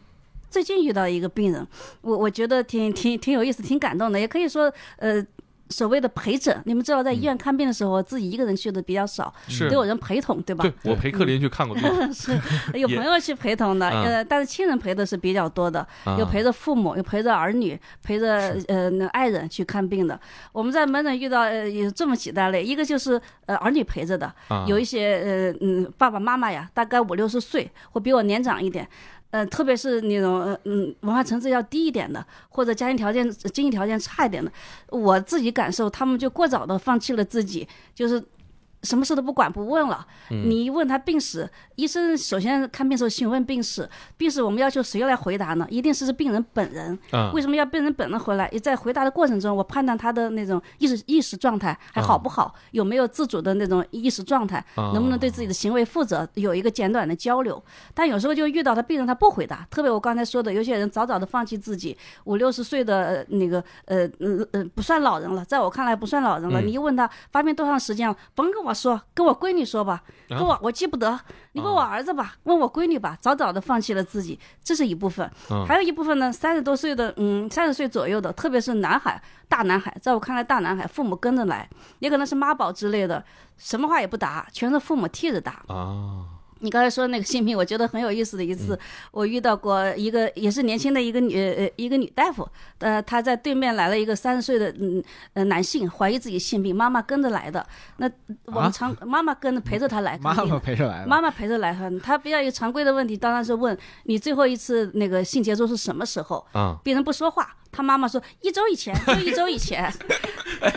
Speaker 2: 最近遇到一个病人，我我觉得挺挺挺有意思、挺感动的，也可以说呃所谓的陪诊。你们知道，在医院看病的时候，自己一个人去的比较少，
Speaker 1: 嗯是
Speaker 2: 都有人陪同，对吧？
Speaker 1: 对我陪克林去看过病，
Speaker 2: 是有朋友去陪同的，
Speaker 1: 嗯
Speaker 2: 呃，但是亲人陪的是比较多的， 有
Speaker 1: 啊
Speaker 2: 陪着父母，有陪着儿女，陪着呃那爱人去看病的。我们在门诊遇到呃有这么几大类，一个就是呃儿女陪着的，
Speaker 1: 啊
Speaker 2: 有一些呃嗯爸爸妈妈呀，大概五六十岁或比我年长一点。呃，特别是那种呃嗯文化层次要低一点的，或者家庭条件、经济条件差一点的，我自己感受，他们就过早的放弃了自己，就是什么事都不管不问了。你一问他病史，医生首先看病时候询问病史，病史我们要求谁来回答呢？一定是是病人本人。
Speaker 1: 啊
Speaker 2: 为什么要病人本人回来？在回答的过程中，我判断他的那种意识意识状态还好不好，有没有自主的那种意识状态，
Speaker 1: 啊
Speaker 2: 能不能对自己的行为负责，有一个简短的交流。但有时候就遇到的病人他不回答，特别我刚才说的，有些人早早的放弃自己，五六十岁的呃那个呃嗯呃不算老人了，在我看来不算老人了。你一问他发病多长时间了，甭跟我说，跟我闺女说吧，跟我我记不得，你问我儿子吧，问我闺女吧，早早的放弃了自己，这是一部分。还有一部分呢，三十多岁的，嗯，三十岁左右的，特别是男孩，大男孩，在我看来，大男孩父母跟着来，也可能是妈宝之类的，什么话也不答，全是父母替着答。
Speaker 1: 啊
Speaker 2: 你刚才说那个性病，我觉得很有意思的一次，
Speaker 3: 嗯
Speaker 2: 我遇到过一个也是年轻的一个女呃一个女大夫，呃，她在对面来了一个三十岁的嗯呃男性，怀疑自己性病，妈妈跟着来的。那我们常、妈妈跟着陪着他来看
Speaker 3: 啊妈
Speaker 2: 病的
Speaker 3: 妈陪着来的，
Speaker 2: 妈妈陪着来哈，她比较有常规的问题，当然是问你最后一次那个性接触是什么时候。
Speaker 1: 啊
Speaker 2: 病人不说话，他妈妈说一周以前，就一周以 前。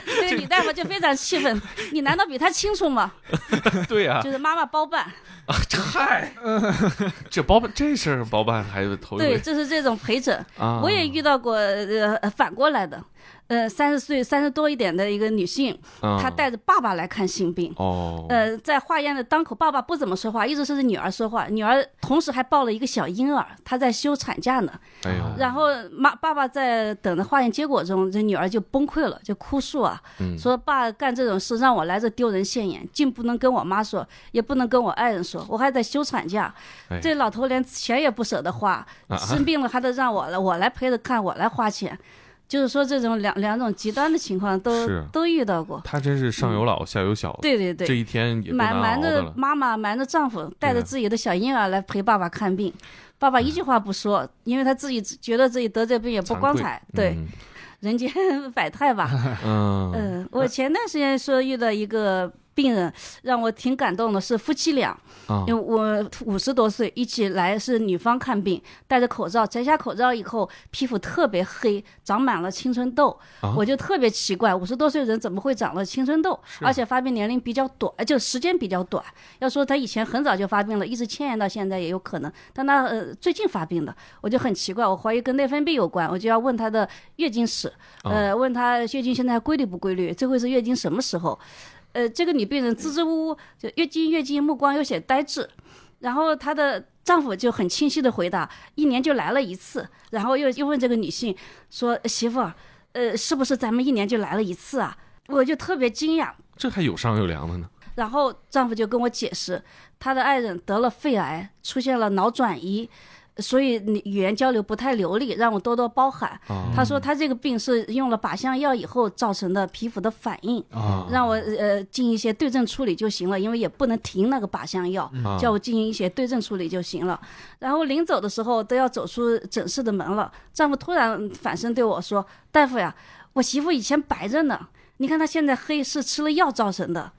Speaker 2: 所以李大夫就非常气愤，你难道比他清楚吗？啊
Speaker 1: 对啊呀、
Speaker 2: 就是妈妈 包办，
Speaker 1: 嗨， 这包办这事儿包办还有头一
Speaker 2: 对，
Speaker 1: 回
Speaker 2: 就是这种陪诊。
Speaker 1: 啊！
Speaker 2: 我也遇到过，呃，反过来的，呃，三十岁、三十多一点的一个女性，
Speaker 1: 啊
Speaker 2: 她带着爸爸来看性病。
Speaker 1: 哦，
Speaker 2: 呃，在化验的当口，爸爸不怎么说话，一直是女儿说话，女儿同时还抱了一个小婴儿，她在休产假呢。
Speaker 1: 哎呦，
Speaker 2: 然后妈爸爸在等着化验结果中，这女儿就崩溃了，就哭诉啊，
Speaker 1: 嗯
Speaker 2: 说爸干这种事让我来这丢人现眼，竟不能跟我妈说，也不能跟我爱人说，我还在休产假，
Speaker 1: 哎
Speaker 2: 这老头连钱也不舍得花，
Speaker 1: 啊
Speaker 2: 生病了还得让我来，我来陪着看，我来花钱，就是说这种两两种极端的情况都
Speaker 1: 是
Speaker 2: 都遇到过，
Speaker 1: 他真是上有老下有小，
Speaker 2: 对对对，
Speaker 1: 这一天也不
Speaker 2: 瞒
Speaker 1: 难
Speaker 2: 瞒
Speaker 1: 熬的
Speaker 2: 着
Speaker 1: 了
Speaker 2: 妈妈，瞒着丈夫，带着自己的小婴儿来陪爸爸看病。爸爸一句话不说，因为他自己觉得自己得这病也不
Speaker 1: 惭
Speaker 2: 光
Speaker 1: 愧
Speaker 2: 彩，对、 人间百态 吧。
Speaker 1: 嗯，嗯，
Speaker 2: 嗯，我前段时间说遇到一个病人，让我挺感动的，是夫妻俩，
Speaker 1: 啊
Speaker 2: 因为我五十多岁，一起来是女方看病，戴着口罩，摘下口罩以后，皮肤特别黑，长满了青春痘，
Speaker 1: 啊
Speaker 2: 我就特别奇怪，五十多岁人怎么会长了青春痘？而且发病年龄比较短，呃就时间比较短。要说他以前很早就发病了，一直迁延到现在也有可能，但他呃最近发病的，我就很奇怪，我怀疑跟内分泌有关，我就要问他的月经史，呃，问他月经现在规律不规律，这会是月经什么时候？呃，这个女病人支支吾吾，就月经月经，目光有些呆滞。然后她的丈夫就很清晰的回答：一年就来了一次。然后又又问这个女性说：“媳妇儿，呃，是不是咱们一年就来了一次啊？”我就特别惊讶。
Speaker 1: 这还有商有量的呢。
Speaker 2: 然后丈夫就跟我解释，他的爱人得了肺癌，出现了脑转移，所以你语言交流不太流利，让我多多包涵。
Speaker 1: 啊
Speaker 2: 他说他这个病是用了靶向药以后造成的皮肤的反应，
Speaker 3: 啊
Speaker 2: 让我呃进一些对症处理就行了，因为也不能停那个靶向药，
Speaker 1: 啊
Speaker 2: 叫我进行一些对症处理就行了。然后临走的时候都要走出诊室的门了，丈夫突然反身对我说：“大夫呀，我媳妇以前白着呢，你看她现在黑是吃了药造成的。”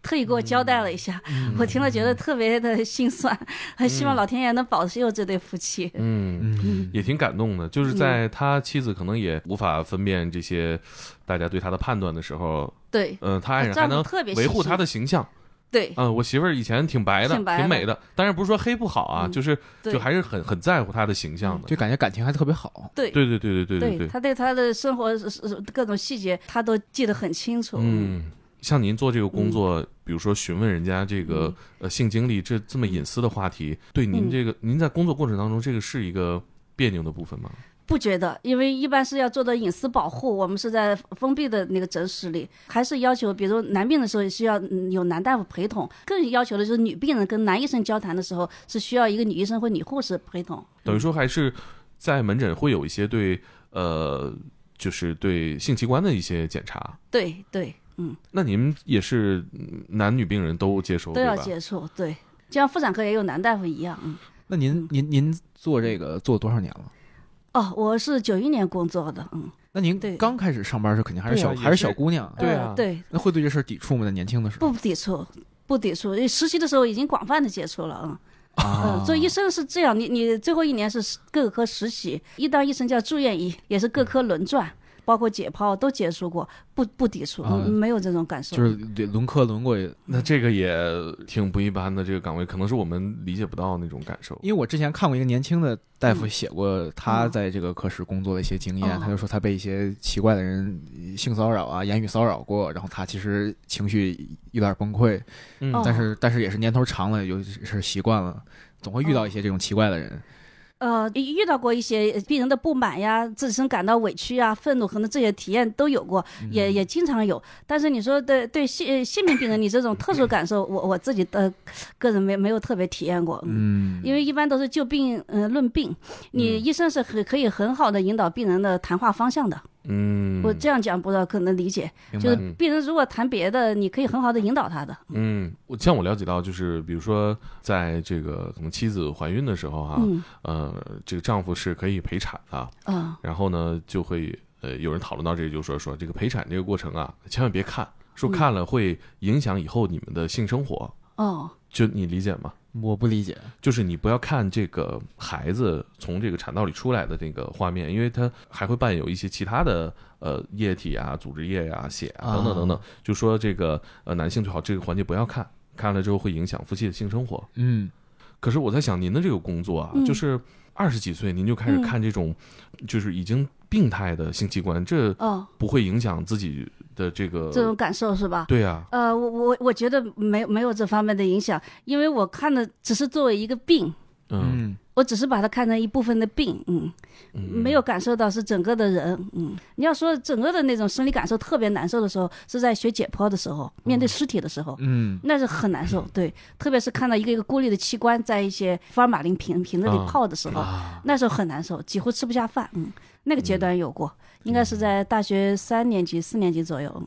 Speaker 2: 特意给我交代了一下，
Speaker 1: 嗯
Speaker 2: 我听了觉得特别的心酸，很希望老天爷能保佑这对夫妻。
Speaker 1: 嗯，
Speaker 3: 嗯
Speaker 1: 也挺感动的。就是在
Speaker 2: 嗯
Speaker 1: 他妻子可能也无法分辨这些大家对他的判断的时候，
Speaker 2: 对
Speaker 1: 嗯，他爱人
Speaker 2: 丈
Speaker 1: 还
Speaker 2: 夫
Speaker 1: 能
Speaker 2: 特别
Speaker 1: 维
Speaker 2: 细
Speaker 1: 护
Speaker 2: 心
Speaker 1: 他的形象。
Speaker 2: 对
Speaker 1: 嗯，我媳妇儿以前挺白的，
Speaker 2: 挺白的
Speaker 1: 美的，当然不是说黑不好啊，
Speaker 2: 嗯
Speaker 1: 就是
Speaker 2: 对嗯
Speaker 1: 就还是很很在乎她的形象的。
Speaker 3: 就感觉感情还特别好。
Speaker 2: 对
Speaker 1: 对对对对对对。
Speaker 2: 他对他的生活是是是各种细节，他都记得很清楚。
Speaker 1: 嗯，像您做这个
Speaker 2: 嗯
Speaker 1: 工作，比如说询问人家这个呃性经历这这么隐私的话题，对您
Speaker 2: 嗯
Speaker 1: 这个您在工作过程当中，这个是一个别扭的部分吗？
Speaker 2: 不觉得，因为一般是要做到隐私保护，我们是在封闭的那个诊室里，还是要求，比如男病的时候需要嗯有男大夫陪同，更要求的就是女病人跟男医生交谈的时候是需要一个女医生或女护士陪同。
Speaker 1: 等于说还是在门诊会有一些对呃，就是对性器官的一些检查。
Speaker 2: 对对，嗯，
Speaker 1: 那您也是嗯男女病人都接受
Speaker 2: 都
Speaker 1: 哦对
Speaker 2: 要
Speaker 1: 吧？
Speaker 2: 接触，对，就像妇产科也有男大夫一样，嗯。
Speaker 3: 那您您您做这个做多少年了？
Speaker 2: 哦，我是九一年工作的，嗯，
Speaker 3: 那您
Speaker 2: 对
Speaker 3: 刚开始上班时肯定还是
Speaker 1: 对啊
Speaker 3: 小
Speaker 1: 也
Speaker 3: 还是
Speaker 1: 是
Speaker 3: 小姑娘，
Speaker 1: 对啊
Speaker 2: 呃、对，
Speaker 3: 那会对这事儿抵触吗？在年轻的时候
Speaker 2: 不抵触，不抵触，因为实习的时候已经广泛的接触了，嗯。
Speaker 3: 啊
Speaker 2: 嗯，做医生是这样，你你最后一年是各个科实习，一当医生叫住院医，也是各科轮转，包括解剖都结束过，不不抵触，
Speaker 3: 啊
Speaker 2: 嗯没有这种感受。
Speaker 3: 就是轮科轮过，
Speaker 1: 那这个也挺不一般的，这个岗位可能是我们理解不到那种感受。
Speaker 3: 因为我之前看过一个年轻的大夫写过他在这个科室工作的一些经验，
Speaker 2: 嗯
Speaker 3: 他就说他被一些奇怪的人呃性骚扰啊、言语骚扰过，然后他其实情绪有点崩溃，
Speaker 1: 嗯
Speaker 2: 哦
Speaker 3: 但是但是也是年头长了，有是习惯了，总会遇
Speaker 2: 哦
Speaker 3: 到一些这种奇怪的人。
Speaker 2: 呃，遇到过一些呃病人的不满呀，自身感到委屈呀、愤怒，可能这些体验都有过，也也经常有。但是你说对对性呃性病病人，你这种特殊感受，我我自己的个人没没有特别体验过。嗯
Speaker 3: 嗯，
Speaker 2: 因为一般都是就病，嗯、论病，你医生是很可以很好的引导病人的谈话方向的。
Speaker 1: 嗯，
Speaker 2: 我这样讲不知道可能理解，
Speaker 3: 明
Speaker 2: 就是
Speaker 3: 白。
Speaker 2: 病人如果谈别的，你可以很好的引导他的。
Speaker 1: 嗯，我像我了解到，就是比如说，在这个可能妻子怀孕的时候哈、
Speaker 2: 嗯
Speaker 1: 呃，这个丈夫是可以陪产的、
Speaker 2: 啊，
Speaker 1: 然后呢，就会呃有人讨论到这个，就说说这个陪产这个过程啊，千万别看，说看了会影响以后你们的性生活，
Speaker 2: 哦，
Speaker 1: 就你理解吗？
Speaker 3: 我不理解，
Speaker 1: 就是你不要看这个孩子从这个产道里出来的那个画面，因为它还会伴有一些其他的呃液体啊、组织液呀、血啊等等等等。就说这个呃男性最好这个环节不要看，看了之后会影响夫妻的性生活。
Speaker 3: 嗯，
Speaker 1: 可是我在想，您的这个工作啊，
Speaker 2: 嗯
Speaker 1: 就是二十几岁您就开始看这种，就是已经病态的性器官，这
Speaker 2: 哦，
Speaker 1: 不会影响自己的这个
Speaker 2: 这种感受是吧？
Speaker 1: 对啊，
Speaker 2: 呃，我我我觉得没没有这方面的影响，因为我看的只是作为一个病，
Speaker 1: 嗯，
Speaker 2: 我只是把它看成一部分的病，嗯，没有感受到是整个的人，嗯。你要说整个的那种生理感受特别难受的时候，是在学解剖的时候，面对尸体的时候，
Speaker 3: 嗯
Speaker 2: 那是很难受。对，特别是看到一个一个孤立的器官在一些福尔马林瓶瓶子里
Speaker 1: 啊
Speaker 2: 泡的时候，那时候很难受，几乎吃不下饭。嗯，那个阶段有过，应该是在大学三年级、四年级左右。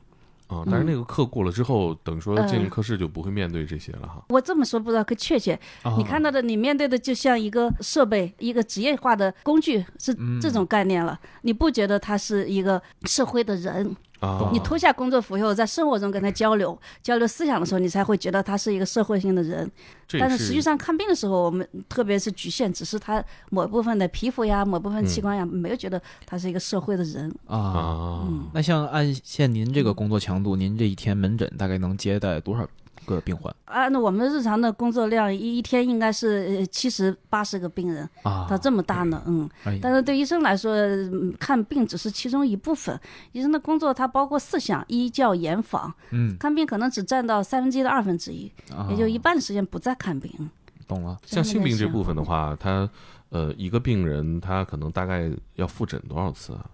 Speaker 1: 啊，但是
Speaker 2: 嗯
Speaker 1: 那个课过了之后，等于说
Speaker 2: 呃
Speaker 1: 进入课室就不会面对这些了哈。
Speaker 2: 我这么说不知道可确切，你看到的你面对的就像一个设备，一个职业化的工具是这种概念了。你不觉得他是一个社会的人？
Speaker 1: 啊，
Speaker 2: 你脱下工作服以后，在生活中跟他交流交流思想的时候，你才会觉得他是一个社会性的人。
Speaker 1: 这也
Speaker 2: 但是实际上看病的时候，我们特别是局限，只是他某部分的皮肤呀、某部分器官呀，没有觉得他是一个社会的人。
Speaker 3: 啊。
Speaker 1: 啊，
Speaker 2: 嗯
Speaker 3: 那像按现您这个工作强度，您这一天门诊大概能接待多少个病患
Speaker 2: 按照我们日常的工作量，一一天应该是呃七十八十个病人，
Speaker 3: 啊
Speaker 2: 到这么大呢，嗯。
Speaker 3: 哎
Speaker 2: 但是对医生来说，嗯看病只是其中一部分。医生的工作它包括四项：医教研访。
Speaker 3: 嗯，
Speaker 2: 看病可能只占到三分之一到二分之一，
Speaker 3: 啊
Speaker 2: 也就一半的时间不在看病。
Speaker 3: 懂了。
Speaker 1: 像性病这部分的
Speaker 2: 话，
Speaker 1: 话，他呃，一个病人他可能大概要复诊多少次啊？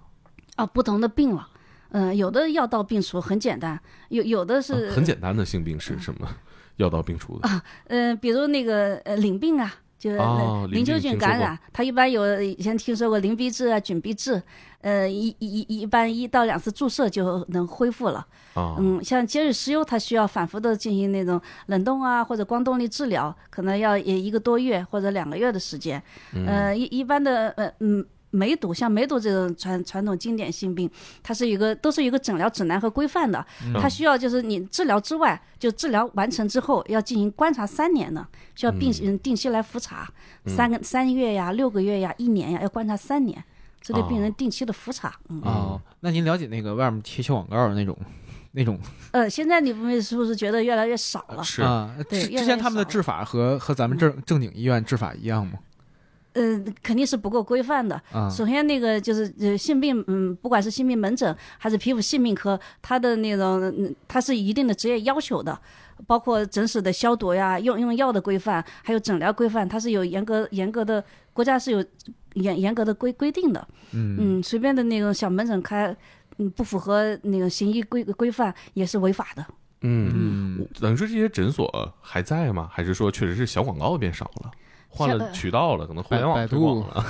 Speaker 2: 啊，不同的病了。嗯、有的药到病除很简单，有有的
Speaker 1: 啊
Speaker 2: 是、
Speaker 1: 很简单的性病是什么？ 药到病除的
Speaker 2: 嗯、比如那个呃淋病啊，就是
Speaker 1: 哦
Speaker 2: 淋
Speaker 1: 淋病
Speaker 2: 球
Speaker 1: 听
Speaker 2: 菌
Speaker 1: 说过
Speaker 2: 感染，它一般有以前听说过淋鼻治啊、菌鼻治，呃，一一一一般一到两次注射就能恢复了。
Speaker 1: 啊，
Speaker 2: 嗯，像尖锐湿疣，它需要反复的进行那种冷冻啊或者光动力治疗，可能要一一个多月或者两个月的时间。
Speaker 1: 嗯
Speaker 2: 呃，一一般的呃嗯。梅毒像梅毒这种传传统经典性病，它是一个都是一个诊疗指南和规范的，它需要就是你治疗之外，就治疗完成之后要进行观察三年呢，需要病人定期来复查，三个三个月呀、六个月呀、一年呀，要观察三年，这对病人定期的复查。嗯，
Speaker 3: 哦，那您了解那个外面贴小广告的那种那种
Speaker 2: 呃，现在你们是不是觉得越来越少了？
Speaker 1: 是
Speaker 3: 啊？
Speaker 2: 对
Speaker 3: 之
Speaker 2: 越来
Speaker 3: 之
Speaker 2: 越
Speaker 3: 前他们的
Speaker 2: 少嗯
Speaker 3: 治法和和咱们正正经医院治法一样吗？
Speaker 2: 呃，肯定是不够规范的。
Speaker 3: 啊
Speaker 2: 首先，那个就是呃性病，嗯，不管是性病门诊还是皮肤性病科，它的那种，嗯它是一定的职业要求的，包括诊室的消毒呀、用用药的规范，还有诊疗规范，它是有严格严格的，国家是有严严格的规规定的。嗯随便的那种小门诊开，嗯，不符合那个行医规规范也是违法的。
Speaker 1: 嗯，我等于说这些诊所还在吗？还是说确实是小广告变少了，换了
Speaker 2: 呃
Speaker 1: 渠道了，可能互联
Speaker 3: 百
Speaker 1: 网
Speaker 3: 百
Speaker 1: 推
Speaker 3: 度
Speaker 1: 广了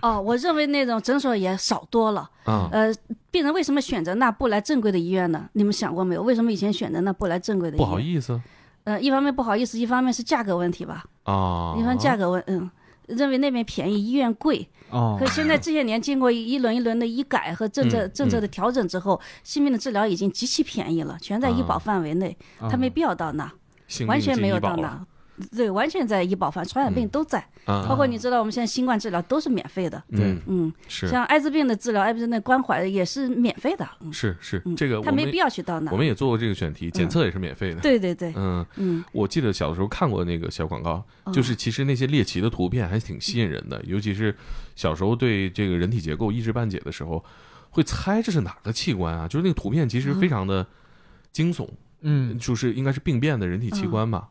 Speaker 2: 哦，我认为那种诊所也少多了。
Speaker 1: 啊？
Speaker 2: 呃，病人为什么选择那不来正规的医院呢？你们想过没有？为什么以前选择那不来正规的医
Speaker 1: 不
Speaker 2: 院？
Speaker 1: 好意思
Speaker 2: 呃，一方面不好意思，一方面是价格问题吧。
Speaker 1: 啊，
Speaker 2: 一方面价格问，嗯，认为那边便宜，医院贵。
Speaker 3: 哦
Speaker 2: 可现在这些年经过一轮一轮的医改和政策
Speaker 1: 嗯
Speaker 2: 政策的调整之后，性病的治疗已经极其便宜了，全在医
Speaker 1: 啊
Speaker 2: 保范围内，
Speaker 3: 哦
Speaker 2: 他没必要到那，
Speaker 1: 性病
Speaker 2: 完全
Speaker 1: 进
Speaker 2: 没有
Speaker 1: 医保
Speaker 2: 到
Speaker 1: 了
Speaker 2: 那。对，完全在医保范，传染病都在，包
Speaker 1: 啊，
Speaker 2: 括你知道我们现在新冠治疗都是免费的，
Speaker 1: 嗯，
Speaker 2: 嗯，
Speaker 1: 是
Speaker 2: 像艾滋病的治疗、艾滋病的关怀也是免费的，嗯，
Speaker 1: 是是，这个我
Speaker 2: 他
Speaker 1: 们
Speaker 2: 没必要去到那
Speaker 1: 我。们也做过这个选题，检测也是免费的。
Speaker 2: 对对对，
Speaker 1: 嗯，
Speaker 2: 嗯，
Speaker 1: 我记得小的时候看过那个小广告，就是其实那些猎奇的图片还挺吸引人的，
Speaker 2: 嗯
Speaker 1: 尤其是小时候对这个人体结构一知半解的时候，会猜这是哪个器官啊？就是那个图片其实非常
Speaker 2: 嗯
Speaker 1: 的惊悚，
Speaker 3: 嗯，
Speaker 1: 就是应该是病变的人体器官吧，
Speaker 2: 嗯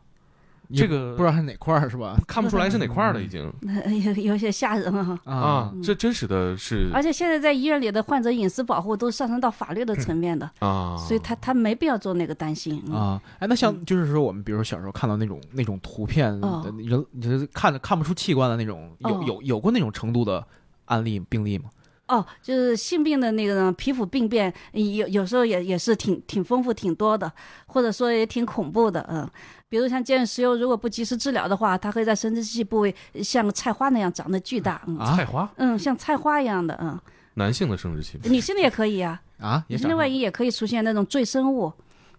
Speaker 3: 也
Speaker 1: 这个
Speaker 3: 不知道是哪块儿是吧？
Speaker 1: 看不出来是哪块儿了已经
Speaker 2: 那 有有些吓人啊。
Speaker 3: 嗯
Speaker 1: 啊，这真实的是
Speaker 2: 而且现在在医院里的患者隐私保护都上升到法律的层面的，
Speaker 1: 啊，
Speaker 2: 所以他他没必要做那个担心。嗯、
Speaker 3: 啊，哎，那像就是说我们比如说小时候看到那种那种图片
Speaker 2: 哦
Speaker 3: 的，你就你就是看着看不出器官的那种，有
Speaker 2: 哦
Speaker 3: 有有过那种程度的案例病例吗？
Speaker 2: 哦，就是性病的那个皮肤病变，呃有有时候也也是挺挺丰富、挺多的，或者说也挺恐怖的。嗯，比如像尖锐湿疣，如果不及时治疗的话，它会在生殖器部位呃像个菜花那样长得巨大。嗯。
Speaker 1: 菜花
Speaker 2: 嗯，像菜花一样的，嗯，
Speaker 1: 男性的生殖器
Speaker 2: 女性的也可以啊，
Speaker 3: 啊，
Speaker 2: 女
Speaker 3: 也长
Speaker 2: 性的
Speaker 3: 上
Speaker 2: 外阴也可以出现那种赘生物，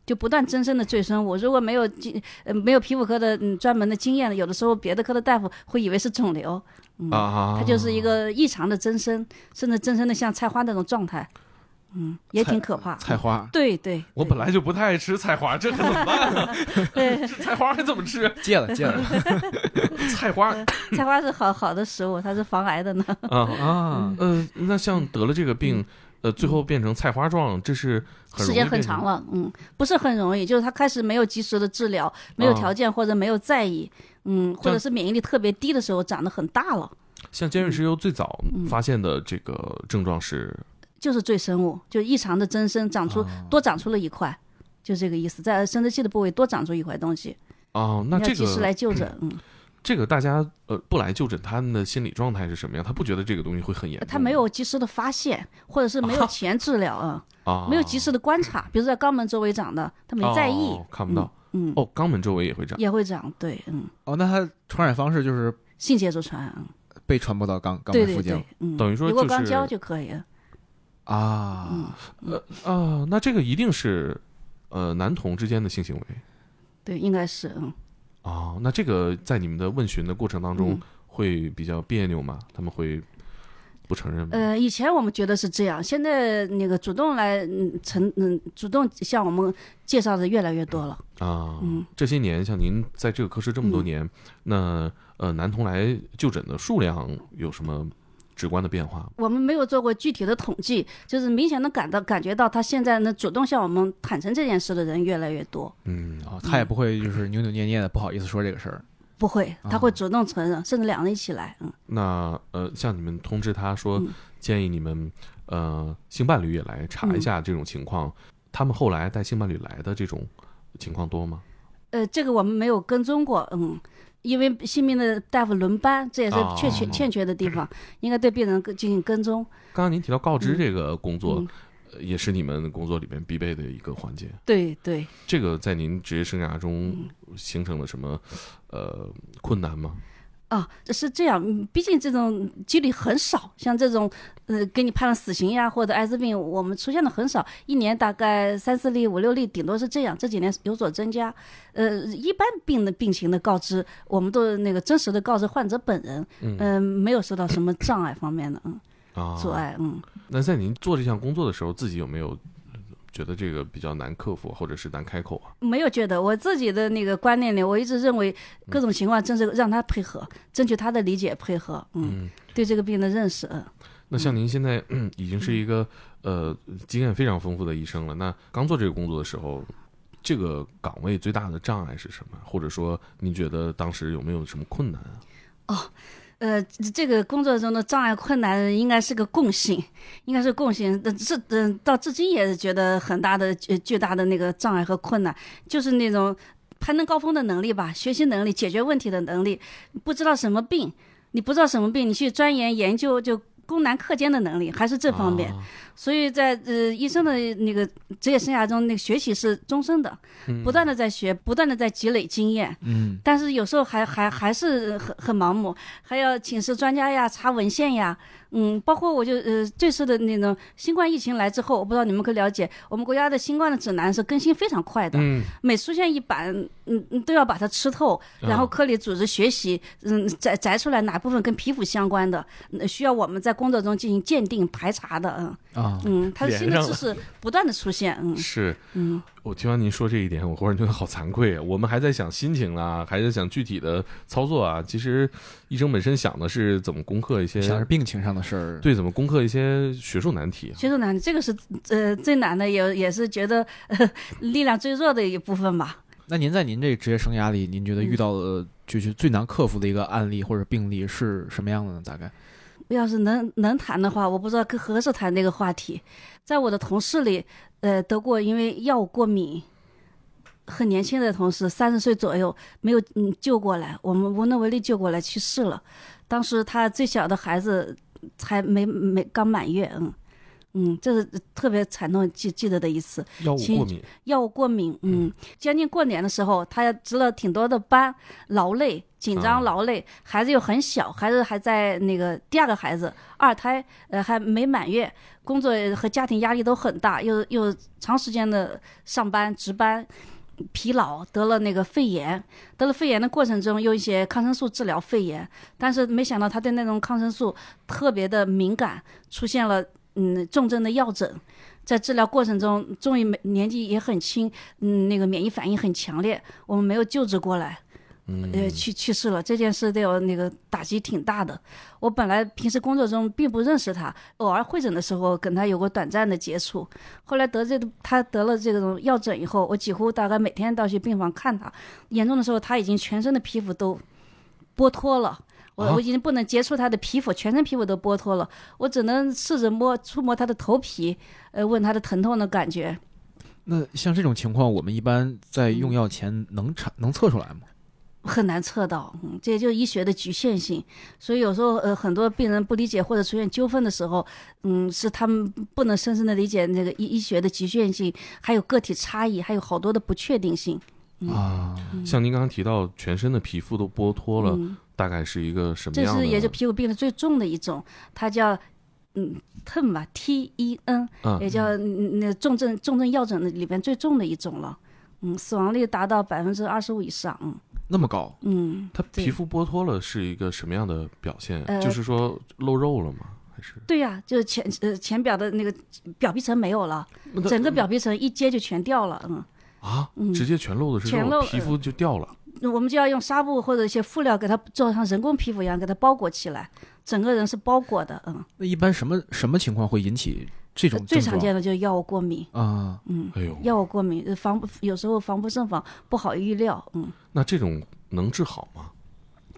Speaker 2: 就不断增深的最深。我如果没有经呃没有皮肤科的嗯专门的经验，有的时候别的科的大夫会以为是肿瘤，嗯，
Speaker 1: 啊，
Speaker 2: 它就是一个异常的增生，甚至增生的像菜花那种状态，嗯，也挺可怕。
Speaker 3: 菜 花
Speaker 2: 对对，
Speaker 1: 我本来就不太爱吃菜花，这可怎么办啊？
Speaker 2: 对
Speaker 1: 这菜花还怎么吃？
Speaker 3: 戒了戒 了
Speaker 1: 菜花
Speaker 2: 菜花是好好的食物，它是防癌的呢。
Speaker 1: 啊啊，
Speaker 2: 嗯
Speaker 1: 呃，那像得了这个病，呃，最后变成菜花状，这是很
Speaker 2: 时间很长
Speaker 1: 了
Speaker 2: 了，嗯，不是很容易，就是他开始没有及时的治疗，没有条件或者没有在意，嗯，或者是免疫力特别低的时候长得很大了，
Speaker 1: 像
Speaker 2: 嗯
Speaker 1: 尖锐湿疣最早发现的这个症状是
Speaker 2: 就是赘生物，就异常的增生，长出、
Speaker 1: 啊
Speaker 2: 多长出了一块，就这个意思，在生殖器的部位多长出一块东西，
Speaker 1: 哦，那
Speaker 2: 你要
Speaker 1: 这
Speaker 2: 及时
Speaker 1: 个
Speaker 2: 来就诊， 嗯，
Speaker 1: 这个大家呃不来就诊，他们的心理状态是什么样？他不觉得这个东西会很严重吗，
Speaker 2: 呃他没有及时的发现，或者是没有钱治疗啊，
Speaker 1: 啊，
Speaker 2: 没有及时的观察，比如在肛门周围长的，他没在意，
Speaker 1: 哦看不到
Speaker 2: 嗯，
Speaker 1: 哦，肛门周围也会长。
Speaker 2: 也会长，对，嗯，
Speaker 3: 哦，那它传染方式就是
Speaker 2: 性接触传染，嗯
Speaker 3: 被传播到肛肛
Speaker 2: 对对
Speaker 3: 门附近
Speaker 2: 对，嗯，
Speaker 1: 等于说
Speaker 2: 如果
Speaker 1: 就
Speaker 2: 肛
Speaker 1: 是
Speaker 2: 交就可以了。
Speaker 3: 啊，
Speaker 2: 嗯
Speaker 1: 啊，那这个一定是呃男童之间的性行为
Speaker 2: 对，应该是嗯，
Speaker 1: 哦。那这个在你们的问询的过程当中
Speaker 2: 嗯
Speaker 1: 会比较别扭吗？他们会不承认吗？
Speaker 2: 呃，以前我们觉得是这样，现在那个主动来嗯承嗯主动向我们介绍的越来越多了。
Speaker 1: 啊
Speaker 2: 嗯，
Speaker 1: 这些年像您在这个科室这么多
Speaker 2: 嗯
Speaker 1: 年，那呃男童来就诊的数量有什么直观的变化吗？
Speaker 2: 我们没有做过具体的统计，就是明显的感到感觉到他现在呢主动向我们坦诚这件事的人越来越多。
Speaker 1: 嗯
Speaker 3: 哦，他也不会就是扭扭捏捏的，不好意思说这个事儿。
Speaker 2: 不会，他会主动承认，甚至两人一起来。嗯，
Speaker 1: 那呃，像你们通知他说，
Speaker 2: 嗯
Speaker 1: 建议你们呃性伴侣也来查一下这种情况，
Speaker 2: 嗯
Speaker 1: 他们后来带性伴侣来的这种情况多吗？
Speaker 2: 呃，这个我们没有跟踪过。嗯，因为性病的大夫轮班，这也是
Speaker 1: 哦
Speaker 2: 欠缺、欠缺的地方，应该对病人更进行跟踪。
Speaker 1: 刚刚您提到告知这个工作，
Speaker 2: 嗯
Speaker 1: 呃也是你们工作里面必备的一个环节。
Speaker 2: 对对，
Speaker 1: 这个在您职业生涯中
Speaker 2: 嗯
Speaker 1: 形成了什么呃困难吗？
Speaker 2: 啊，是这样，嗯毕竟这种几率很少，像这种，呃，给你判了死刑呀，或者艾滋病，我们出现的很少，一年大概三四例、五六例，顶多是这样。这几年有所增加，呃，一般病的病情的告知，我们都那个真实的告知患者本人，嗯、没有受到什么障碍方面的嗯
Speaker 1: 啊，
Speaker 2: 阻碍，嗯，
Speaker 1: 那在您做这项工作的时候，自己有没有觉得这个比较难克服，或者是难开口啊？
Speaker 2: 没有觉得我自己的那个观念里，我一直认为各种情况真是让他配合，争取他的理解配合，嗯，
Speaker 1: 嗯，
Speaker 2: 对这个病的认识，嗯。
Speaker 1: 那像您现在、嗯、已经是一个呃经验非常丰富的医生了，那刚做这个工作的时候，这个岗位最大的障碍是什么？或者说您觉得当时有没有什么困难啊？
Speaker 2: 呃，这这个工作中的障碍困难应该是个共性，应该是共性。呃至嗯、到至今也觉得很大的巨巨大的那个障碍和困难，就是那种攀登高峰的能力吧，学习能力、解决问题的能力，不知道什么病，你不知道什么病，你去钻研研究就。攻难克坚的能力还是这方面，
Speaker 1: 啊
Speaker 2: 所以在呃医生的那个职业生涯中，那个学习是终身的，不断的在学，不断的在积累经验。
Speaker 3: 嗯，
Speaker 2: 但是有时候还还还是很很盲目，还要请示专家呀、查文献呀，嗯，包括我就呃这次的那种新冠疫情来之后，我不知道你们可了解，我们国家的新冠的指南是更新非常快的，
Speaker 1: 嗯，
Speaker 2: 每出现一版，嗯嗯都要把它吃透，
Speaker 1: 啊
Speaker 2: 然后科里组织学习，嗯摘摘出来哪部分跟皮肤相关的，嗯需要我们在工作中进行鉴定排查的，嗯
Speaker 3: 啊，
Speaker 2: 嗯，它的新
Speaker 1: 连
Speaker 2: 的
Speaker 1: 上
Speaker 2: 知
Speaker 1: 了
Speaker 2: 识不断的出现，嗯
Speaker 1: 是
Speaker 2: 嗯，
Speaker 1: 我听完您说这一点，我忽然觉得好惭愧啊！我们还在想心情啊，还在想具体的操作啊。其实医生本身想的是怎么攻克一些
Speaker 3: 想是病情上的事儿。
Speaker 1: 对，怎么攻克一些学术难题啊。
Speaker 2: 学术难，这个是呃最难的，也也是觉得、呃、力量最弱的一部分吧。
Speaker 3: 那您在您这个职业生涯里，您觉得
Speaker 2: 嗯
Speaker 3: 遇到的就是最难克服的一个案例或者病例是什么样的呢？
Speaker 2: 嗯
Speaker 3: 大概
Speaker 2: 要是能能谈的话，我不知道跟何时谈这个话题。在我的同事里，呃，得过因为药物过敏，很年轻的同事，三十岁左右，没有嗯救过来，我们无能为力救过来去世了。当时他最小的孩子才没没刚满月，嗯嗯，这是特别惨痛记记得的一次。
Speaker 1: 药物过敏，
Speaker 2: 药物过敏，嗯，将近过年的时候，他值了挺多的班，劳累、紧
Speaker 1: 啊
Speaker 2: 张、劳累，孩子又很小，孩子还在那个第二个孩子二胎，呃，还没满月，工作和家庭压力都很大，又又长时间的上班值班。疲劳得了那个肺炎，得了肺炎的过程中用一些抗生素治疗肺炎，但是没想到他对那种抗生素特别的敏感，出现了嗯重症的药疹，在治疗过程中，终于没年纪也很轻，嗯，那个免疫反应很强烈，我们没有救治过来，呃，去去世了。这件事对我那个打击挺大的。我本来平时工作中并不认识他，偶尔会诊的时候跟他有过短暂的接触。后来得这个他得了这种药疹以后，我几乎大概每天到去病房看他，严重的时候他已经全身的皮肤都剥脱了。我
Speaker 1: 啊
Speaker 2: 我已经不能接触他的皮肤，全身皮肤都剥脱了，我只能试着摸触摸他的头皮，呃，问他的疼痛的感觉。
Speaker 3: 那像这种情况，我们一般在用药前能查能测出来吗？
Speaker 2: 很难测到，嗯，这就是医学的局限性。所以有时候，呃，很多病人不理解或者出现纠纷的时候，嗯，是他们不能深深的理解那个医医学的局限性，还有个体差异，还有好多的不确定性。
Speaker 3: 啊，
Speaker 1: 像您刚刚提到，全身的皮肤都剥脱了，
Speaker 2: 嗯，
Speaker 1: 大概是一个什么
Speaker 2: 这
Speaker 1: 样的？
Speaker 2: 是也就皮肤病的最重的一种，它叫嗯 TEN 吧，T E N，、
Speaker 1: 嗯
Speaker 2: 也叫嗯那重症重症药疹的里边最重的一种了。嗯，死亡率达到百分之二十五以上。嗯
Speaker 3: 那么高，
Speaker 2: 嗯，
Speaker 1: 它皮肤剥脱了是一个什么样的表现？
Speaker 2: 呃
Speaker 1: 就是说露肉了吗？还是
Speaker 2: 对呀、就是前呃前表的那个表皮层没有了。
Speaker 1: 那它
Speaker 2: 整个表皮层一揭就全掉了，嗯，
Speaker 1: 啊
Speaker 2: 嗯，
Speaker 1: 直接全露的是
Speaker 2: 全
Speaker 1: 肉，
Speaker 2: 露
Speaker 1: 皮肤就掉了。
Speaker 2: 那我们就要用纱布或者一些敷料给它做像人工皮肤一样给它包裹起来，整个人是包裹的，嗯，
Speaker 3: 那一般什么什么情况会引起这种
Speaker 2: 呃最
Speaker 3: 症
Speaker 2: 常
Speaker 3: 状
Speaker 2: 见的就是药物过敏，
Speaker 3: 啊？
Speaker 2: 嗯，
Speaker 1: 哎呦，
Speaker 2: 药物过敏呃防不有时候防不胜防，不好预料，嗯，
Speaker 1: 那这种能治好吗？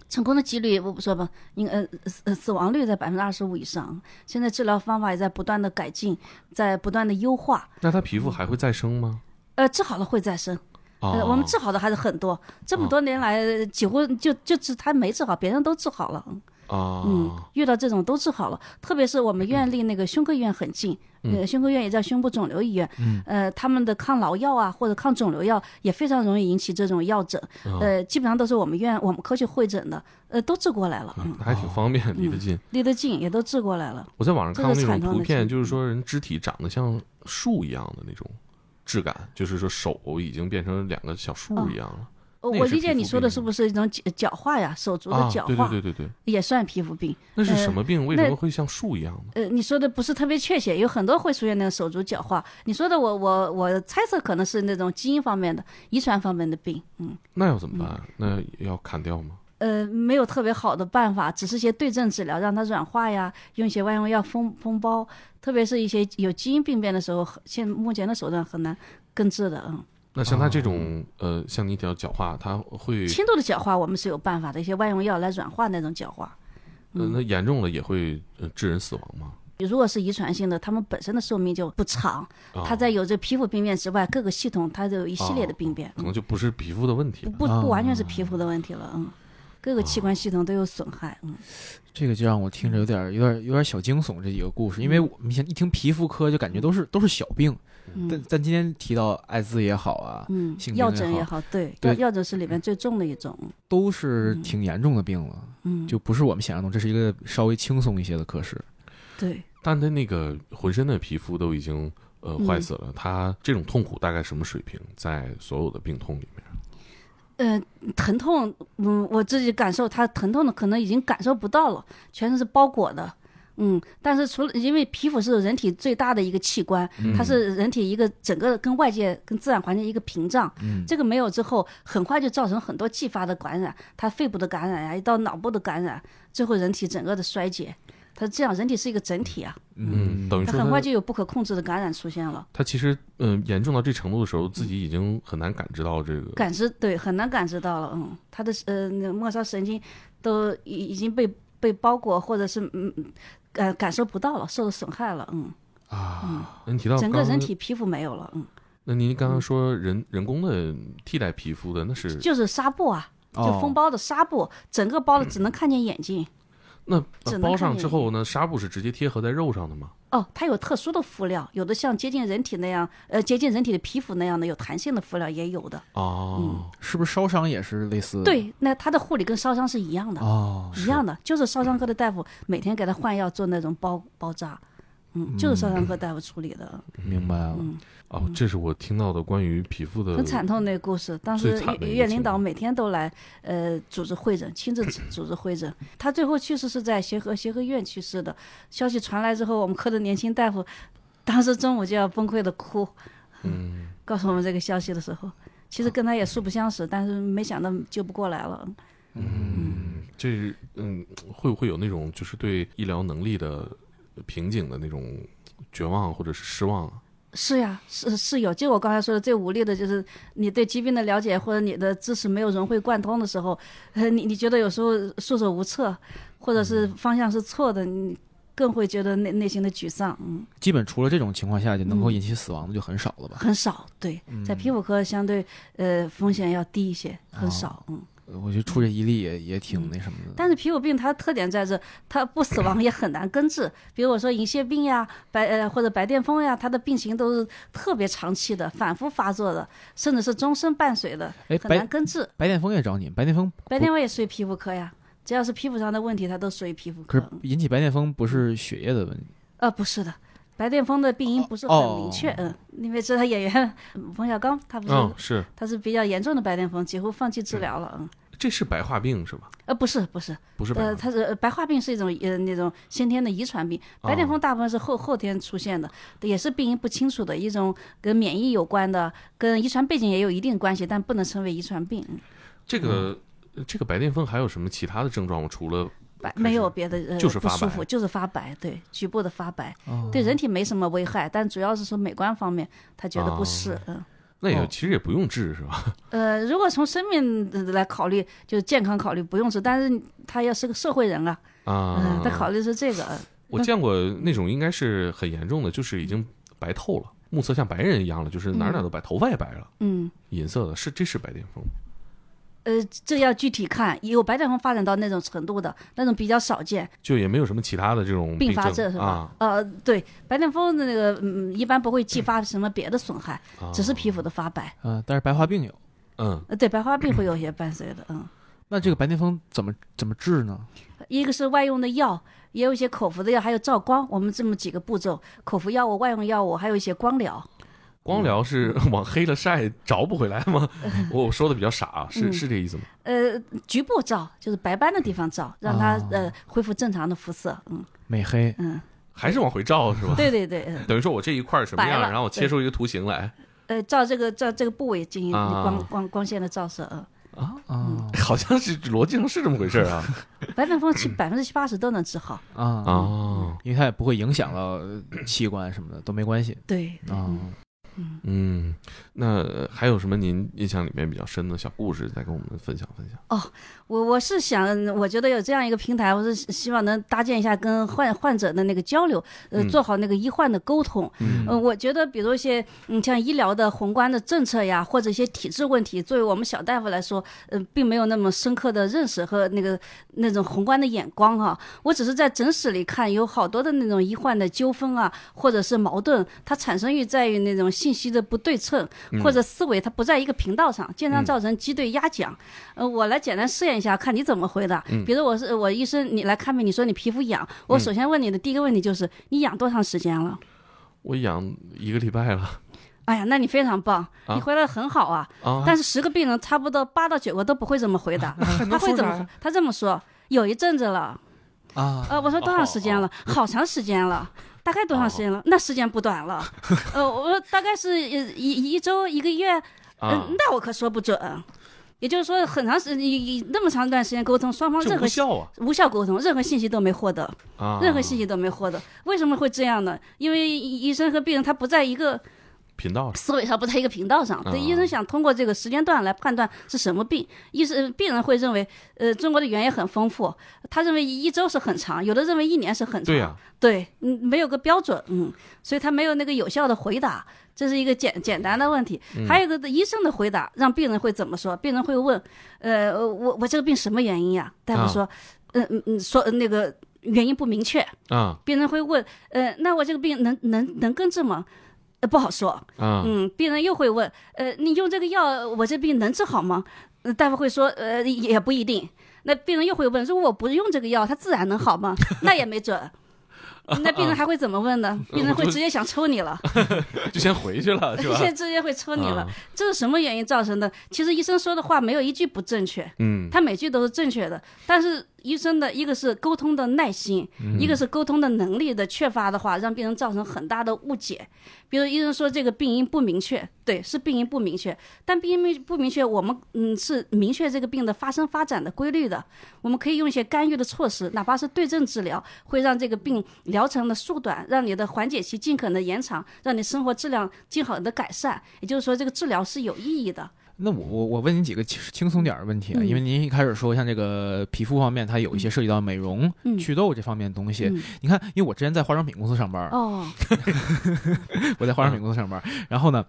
Speaker 2: 成功的几率我不说吧，应呃死呃死亡率在百分之二十五以上，现在治疗方法也在不断的改进，在不断的优化，
Speaker 1: 那它皮肤还会再生吗？
Speaker 2: 呃，治好了会再生。
Speaker 1: 啊，
Speaker 2: 呃，我们治好的还是很多，这
Speaker 1: 哦
Speaker 2: 么多年来，呃几乎就就治他没治好，别人都治好了。嗯
Speaker 1: 啊，
Speaker 2: 嗯，遇到这种都治好了，特别是我们院离那个胸科医院很近，
Speaker 1: 嗯
Speaker 2: 呃，胸科医院也叫胸部肿瘤医院，呃，他们的抗老药啊或者抗肿瘤药也非常容易引起这种药疹，
Speaker 1: 哦
Speaker 2: 呃，基本上都是我们院我们科去会诊的，呃，都治过来了，嗯，
Speaker 1: 那还挺方便，离得近。
Speaker 2: 离得近也都治过来了。
Speaker 1: 我在网上看过那种图
Speaker 2: 这个惨痛的
Speaker 1: 片，
Speaker 2: 经
Speaker 1: 就是说人肢体长得像树一样的那种质感，就是说手已经变成两个小树一样了。
Speaker 2: 呃
Speaker 1: 那也
Speaker 2: 我
Speaker 1: 是
Speaker 2: 理解
Speaker 1: 皮
Speaker 2: 你
Speaker 1: 肤
Speaker 2: 说的
Speaker 1: 病
Speaker 2: 是
Speaker 1: 吗
Speaker 2: 不是一种角角化呀，手足的
Speaker 1: 啊，
Speaker 2: 角
Speaker 1: 对
Speaker 2: 化、
Speaker 1: 对对对对，
Speaker 2: 也算皮肤病？
Speaker 1: 那是
Speaker 2: 呃
Speaker 1: 什么病？为
Speaker 2: 那
Speaker 1: 什么会像树一样呢？
Speaker 2: 呃，你说的不是特别确切，有很多会出现那个手足脚化。你说的我，我我猜测可能是那种基因方面的、遗传方面的病。嗯，
Speaker 1: 那要怎么办？那要砍掉吗？
Speaker 2: 呃，没有特别好的办法，只是一些对症治疗，让它软化呀，用一些外用药封封包。特别是一些有基因病变的时候，很现目前的手段很难根治的。嗯，
Speaker 1: 那像它这种呃，像你讲角化，它会
Speaker 2: 哦轻度的脚化我们是有办法的，一些外用药来软化那种脚化。
Speaker 1: 呃
Speaker 2: 嗯
Speaker 1: 那严重了也会呃致人死亡吗？
Speaker 2: 如果是遗传性的，他们本身的寿命就不长，
Speaker 1: 啊
Speaker 2: 它在有这皮肤病变之外，各个系统它都有一系列的病变。嗯
Speaker 1: 可能就不是皮肤的问题
Speaker 2: 不。不不完全
Speaker 3: 哦
Speaker 2: 是皮肤的问题了，嗯，各个器官系统都有损害，嗯，
Speaker 3: 这个就让我听着有点儿有点儿有点儿小惊悚这几个故事，因为我们想一听皮肤科就感觉都是都是小病，但
Speaker 2: 嗯
Speaker 3: 但今天提到艾滋也好啊，
Speaker 2: 嗯
Speaker 3: 性，病
Speaker 2: 药
Speaker 3: 也
Speaker 2: 疹也
Speaker 3: 好
Speaker 2: 好，对，
Speaker 3: 对嗯
Speaker 2: 药药疹是里面最重的一种，
Speaker 3: 都是挺严重的病了，
Speaker 2: 嗯，
Speaker 3: 就不是我们想象中，这是一个稍微轻松一些的科室。
Speaker 2: 对，
Speaker 1: 但它那个浑身的皮肤都已经呃
Speaker 2: 嗯
Speaker 1: 坏死了，它这种痛苦大概什么水平？在所有的病痛里面，
Speaker 2: 呃，疼痛，嗯，我自己感受它疼痛的可能已经感受不到了，全身是包裹的。嗯，但是除了因为皮肤是人体最大的一个器官，
Speaker 1: 嗯
Speaker 2: 它是人体一个整个跟外界跟自然环境一个屏障，
Speaker 1: 嗯
Speaker 2: 这个没有之后，很快就造成很多继发的感染，它肺部的感染呀、一到脑部的感染，最后人体整个的衰竭。它这样，人体是一个整体啊，
Speaker 1: 嗯，等于
Speaker 2: 它
Speaker 1: 说
Speaker 2: 很快
Speaker 1: 它
Speaker 2: 就有不可控制的感染出现了。
Speaker 1: 它其实嗯、呃严重到这程度的时候，自己已经很难感知到这个
Speaker 2: 感知对很难感知到了，嗯，他的呃那个末梢神经都已已经被被包裹或者是嗯嗯呃感受不到了，受到损害了，嗯，
Speaker 1: 啊。您提到
Speaker 2: 整个
Speaker 1: 刚
Speaker 2: 人体皮肤没有了，嗯，
Speaker 1: 那您刚刚说人人工的替代皮肤的，那是
Speaker 2: 就是纱布啊，就
Speaker 3: 哦
Speaker 2: 封包的纱布，整个包的只能看见眼睛，
Speaker 1: 那
Speaker 2: 只能
Speaker 1: 包
Speaker 2: 看
Speaker 1: 上
Speaker 2: 脸
Speaker 1: 之后呢，纱布是直接贴合在肉上的吗？
Speaker 2: 哦，它有特殊的敷料，有的像接近人体那样，呃，接近人体的皮肤那样的有弹性的敷料也有的。
Speaker 1: 哦，
Speaker 3: 是不是烧伤也是类似？
Speaker 2: 对，那它的护理跟烧伤是一样的，
Speaker 3: 哦，
Speaker 2: 一样的，就是烧伤科的大夫每天给他换药做那种包包扎，嗯，就是烧伤科大夫处理的，
Speaker 3: 明白了。
Speaker 2: 嗯
Speaker 1: 哦，这是我听到的关于皮肤的
Speaker 2: 很惨痛那个故事。当
Speaker 1: 最
Speaker 2: 时
Speaker 1: 惨的一
Speaker 2: 岳
Speaker 1: 个
Speaker 2: 岳
Speaker 1: 经
Speaker 2: 领导
Speaker 1: 历
Speaker 2: 每天都来，呃，组织会诊，亲自 组织会诊。他最后去世是在协和协和医院去世的，消息传来之后，我们科的年轻大夫当时中午就要崩溃的哭，
Speaker 1: 嗯，
Speaker 2: 告诉我们这个消息的时候，其实跟他也素不相识，但是没想到救不过来了。
Speaker 1: 这是嗯，会不会有那种就是对医疗能力的瓶颈的那种绝望或者是失望啊？
Speaker 2: 是呀，是是有，就我刚才说的最无力的就是你对疾病的了解或者你的知识没有融会贯通的时候，呃，你你觉得有时候束手无策，或者
Speaker 3: 嗯
Speaker 2: 是方向是错的，你更会觉得内内心的沮丧，嗯，
Speaker 3: 基本除了这种情况下，就能够引起死亡的就很少了吧？
Speaker 2: 很少。对，
Speaker 3: 嗯
Speaker 2: 在皮肤科相对呃风险要低一些，很少，嗯。
Speaker 3: 我觉得出这一例也也挺那什么的。
Speaker 2: 但是皮肤病它的特点在这，它不死亡也很难根治。比如我说银屑病呀、白呃或者白癜风呀，它的病情都是特别长期的、反复发作的，甚至是终身伴随的，
Speaker 3: 哎，
Speaker 2: 很难
Speaker 3: 白
Speaker 2: 根治。
Speaker 3: 白癜风也找你，白癜风不
Speaker 2: 白癜风也属于皮肤科呀，只要是皮肤上的问题，它都属于皮肤
Speaker 3: 可
Speaker 2: 科
Speaker 3: 是。引起白癜风不是血液的问题，
Speaker 2: 呃，不是的。白癜风的病因不是很明确，
Speaker 3: 哦
Speaker 2: 嗯，因为知道演员嗯冯小刚，他不是、
Speaker 1: 嗯，是，
Speaker 2: 他是比较严重的白癜风，几乎放弃治疗了，嗯，
Speaker 1: 这是白化病是吧？
Speaker 2: 呃，不是不是，
Speaker 1: 不是白化
Speaker 2: 呃，
Speaker 1: 病，
Speaker 2: 它是呃白化病是一种呃那种先天的遗传病，
Speaker 3: 哦
Speaker 2: 白癜风大部分是后后天出现的，也是病因不清楚的一种跟免疫有关的，跟遗传背景也有一定关系，但不能称为遗传病。嗯
Speaker 1: 这个这个白癜风还有什么其他的症状吗？除了
Speaker 2: 白
Speaker 1: 是
Speaker 2: 没有别的呃
Speaker 1: 就是
Speaker 2: 不
Speaker 1: 发
Speaker 2: 舒
Speaker 1: 白哦
Speaker 2: 服，就是发白，对局部的发白，对人体没什么危害，但主要是说美观方面他觉
Speaker 1: 哦
Speaker 2: 得不适，嗯。
Speaker 1: 那也
Speaker 3: 哦
Speaker 1: 其实也不用治是吧？
Speaker 2: 呃，如果从生命呃来考虑，就健康考虑不用治，但是他要是个社会人啊，嗯
Speaker 1: 啊，，
Speaker 2: 他考虑是这个，嗯
Speaker 1: 我见过那种应该是很严重的，就是已经白透了，目测像白人一样了，就是哪儿哪儿都白，头发也白了，
Speaker 2: 嗯。
Speaker 1: 银色的，是这是白癜风。
Speaker 2: 呃，这要具体看，有白癜风发展到那种程度的，那种比较少见，
Speaker 1: 就也没有什么其他的这种
Speaker 2: 并发
Speaker 1: 症
Speaker 2: 症是吧？
Speaker 1: 啊，
Speaker 2: 呃，对，白癜风的那个，嗯，一般不会继发什么别的损害，只
Speaker 1: 哦
Speaker 2: 是皮肤的发白。
Speaker 3: 嗯、但是白化病有。
Speaker 1: 嗯，
Speaker 2: 呃，对，白化病会有一些伴随的，嗯，
Speaker 3: 那这个白癜风怎么怎么治呢？
Speaker 2: 一个是外用的药，也有一些口服的药，还有照光，我们这么几个步骤：口服药物、外用药物，还有一些光疗。
Speaker 1: 光疗是
Speaker 2: 嗯
Speaker 1: 往黑了晒找不回来 吗？我说的比较傻啊，是
Speaker 2: 嗯
Speaker 1: 是这意思吗？
Speaker 2: 呃，局部照就是白斑的地方照，让它、
Speaker 1: 啊
Speaker 2: 呃恢复正常的肤色。嗯
Speaker 3: 美黑
Speaker 2: 嗯，
Speaker 1: 还是往回照是吧？
Speaker 2: 对对对，嗯
Speaker 1: 等于说我这一块儿什么样，
Speaker 2: 白了
Speaker 1: 然后我切出一个图形来，
Speaker 2: 呃，照这个照这个部位进行
Speaker 1: 啊
Speaker 2: 光光光线的照射。嗯。
Speaker 3: 啊
Speaker 1: 好像是逻辑上是这么回事儿啊
Speaker 2: 白癜风七百分之七八 十都能治好。
Speaker 3: 啊
Speaker 1: 啊，
Speaker 3: 因为它也不会影 响到呃器官什么的，都没关系
Speaker 2: 对，
Speaker 3: 啊。
Speaker 1: 嗯，那还有什么您印象里面比较深的小故事，再跟我们分享分享？
Speaker 2: 我我是想，我觉得有这样一个平台，我是希望能搭建一下跟患患者的那个交流，呃，
Speaker 1: 嗯
Speaker 2: 做好那个医患的沟通。
Speaker 1: 嗯
Speaker 2: 呃，我觉得比如一些嗯，像医疗的宏观的政策呀，或者一些体制问题，作为我们小大夫来说，呃，并没有那么深刻的认识和那个那种宏观的眼光哈、我只是在诊室里看，有好多的那种医患的纠纷啊，或者是矛盾，它产生于在于那种信息的不对称，或者思维它不在一个频道上，经常造成鸡对鸭讲。呃，我来简单试验一下，看你怎么回答。比如我是我医生，你来看病，你说你皮肤痒，我首先问你的第一个问题就是、你痒多长时间了？
Speaker 1: 我养一个礼拜了
Speaker 2: 哎呀，那你非常棒，你回答的很好啊。
Speaker 1: 啊，
Speaker 2: 但是十个病人，差不多八到九个都不会这么回答。他会怎么说？他这么说：有一阵子了。
Speaker 3: 啊，
Speaker 2: 呃，我说
Speaker 1: 哦
Speaker 2: 多长时间了？好长时间了。大概多长时间了？那时间不短了。呃，我大概是一一一周一个月。嗯、
Speaker 1: 啊，
Speaker 2: 那我可说不准。也就是说，很长时你那么长一段时间沟通，双方
Speaker 1: 这
Speaker 2: 任
Speaker 1: 无
Speaker 2: 何
Speaker 1: 效啊
Speaker 2: 无效沟通，任何信息都没获得，
Speaker 1: 啊，
Speaker 2: 任何信息都没获得。为什么会这样呢？因为医医生和病人他不在一个
Speaker 1: 频道上
Speaker 2: 思维上不在一个频道上。对，
Speaker 1: 嗯
Speaker 2: 医生想通过这个时间段来判断是什么病，医生病人会认为，呃，中国的语言也很丰富，他认为一周是很长，有的认为一年是很长。
Speaker 1: 对呀，
Speaker 2: 对嗯，没有个标准，嗯，所以他没有那个有效的回答，这是一个简简单的问题。
Speaker 1: 嗯
Speaker 2: 还有一个医生的回答，让病人会怎么说？病人会问，呃，我我这个病什么原因呀、大夫说，嗯嗯嗯，说呃那个原因不明确，
Speaker 1: 啊
Speaker 2: 病人会问，呃，那我这个病能能能根治吗？呃，不好说。
Speaker 1: 啊
Speaker 2: 嗯，病人又会问，呃，你用这个药，我这病能治好吗？呃大夫会说，呃，也不一定。那病人又会问，如果我不用这个药，它自然能 好吗？那也没准。那病人还会怎么问
Speaker 1: 啊
Speaker 2: 呢？病人会直接想抽你了，
Speaker 1: 就先回去了 是吧
Speaker 2: 现？在直接会抽你了
Speaker 1: 啊。
Speaker 2: 这是什么原因造成的？其实医生说的话没有一句不正确，
Speaker 1: 嗯
Speaker 2: 他每句都是正确的。但是医生的一个是沟通的耐心，一个是沟通的能力的缺乏的话，让病人造成很大的误解。比如医生说这个病因不明确，对，是病因不明确，但病因没不明确，我们嗯是明确这个病的发生发展的规律的，我们可以用一些干预的措施，哪怕是对症治疗，会让这个病疗程的缩短，让你的缓解期尽可能地延长，让你生活质量尽好的改善。也就是说，这个治疗是有意义的。
Speaker 3: 那我我我问您几个轻轻松点儿的问题啊，
Speaker 2: 嗯
Speaker 3: 因为您一开始说像这个皮肤方面，它有一些涉及到美容、
Speaker 2: 嗯
Speaker 3: 祛痘这方面的东西。
Speaker 2: 嗯
Speaker 3: 你看，因为我之前在化妆品公司上班儿，
Speaker 2: 哦，
Speaker 3: 我在化妆品公司上班儿，然后呢。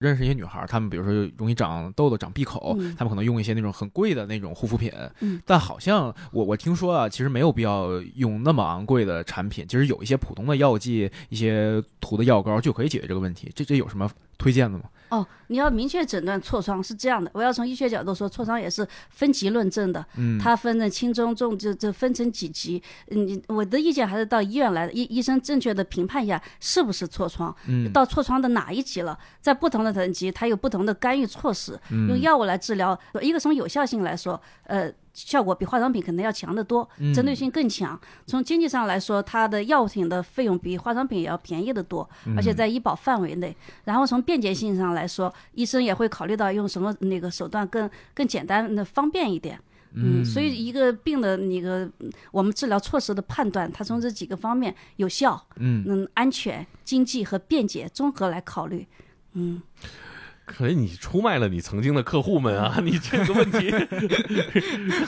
Speaker 3: 认识一些女孩儿，她们比如说容易长痘痘、长闭口，
Speaker 2: 嗯
Speaker 3: 她们可能用一些那种很贵的那种护肤品，
Speaker 2: 嗯
Speaker 3: 但好像我我听说啊，其实没有必要用那么昂贵的产品，其实有一些普通的药剂、一些涂的药膏就可以解决这个问题。这这有什么推荐的吗？
Speaker 2: 哦，你要明确诊断痤疮是这样的，我要从医学角度说，痤疮也是分级论证的，
Speaker 3: 嗯，
Speaker 2: 它分成轻中重，这这分成几级。嗯，我的意见还是到医院来，医医生正确的评判一下是不是痤疮，
Speaker 3: 嗯
Speaker 2: 到痤疮的哪一级了，在不同的等级，它有不同的干预措施，
Speaker 3: 嗯
Speaker 2: 用药物来治疗。呃一个从有效性来说，呃。效果比化妆品可能要强得多，
Speaker 3: 嗯
Speaker 2: 针对性更强。从经济上来说，它的药品的费用比化妆品也要便宜得多，
Speaker 3: 嗯
Speaker 2: 而且在医保范围内。然后从便捷性上来说，医生也会考虑到用什么那个手段更更简单、那方便一点。嗯，所以一个病的那个嗯我们治疗措施的判断，它从这几个方面有效、
Speaker 3: 嗯
Speaker 2: 嗯安全、经济和便捷综合来考虑。嗯，
Speaker 1: 可以，你出卖了你曾经的客户们啊！
Speaker 2: 嗯
Speaker 1: 你这个问题，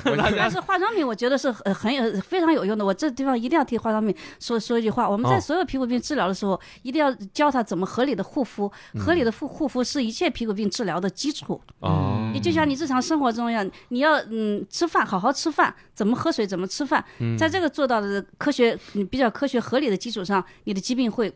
Speaker 1: 大
Speaker 2: 但
Speaker 1: 家
Speaker 2: 是化妆品我觉得是很很有非常有用的，我这地方一定要替化妆品说说一句话。我们在
Speaker 1: 哦
Speaker 2: 所有皮肤病治疗的时候，一定要教他怎么合理的护肤，合理的护护肤是一切皮肤病治疗的基础。
Speaker 3: 嗯
Speaker 1: 哦，
Speaker 2: 也就像你日常生活中一样，你要嗯吃饭，好好吃饭，怎么喝水，怎么吃饭，
Speaker 3: 嗯
Speaker 2: 在这个做到的科学、嗯比较科学合理的基础上，你的疾病会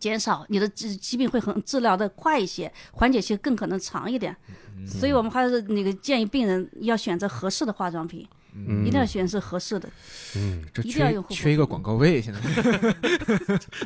Speaker 2: 减少，你的疾疾病会很治疗的快一些，缓解期更可能长一点。
Speaker 3: 嗯
Speaker 2: 所以我们还是那个建议病人要选择合适的化妆品，
Speaker 1: 嗯
Speaker 2: 一定要选择合适的。
Speaker 1: 嗯，
Speaker 3: 这
Speaker 2: 一定要
Speaker 3: 缺
Speaker 2: 用护肤
Speaker 3: 缺一个广告位，现在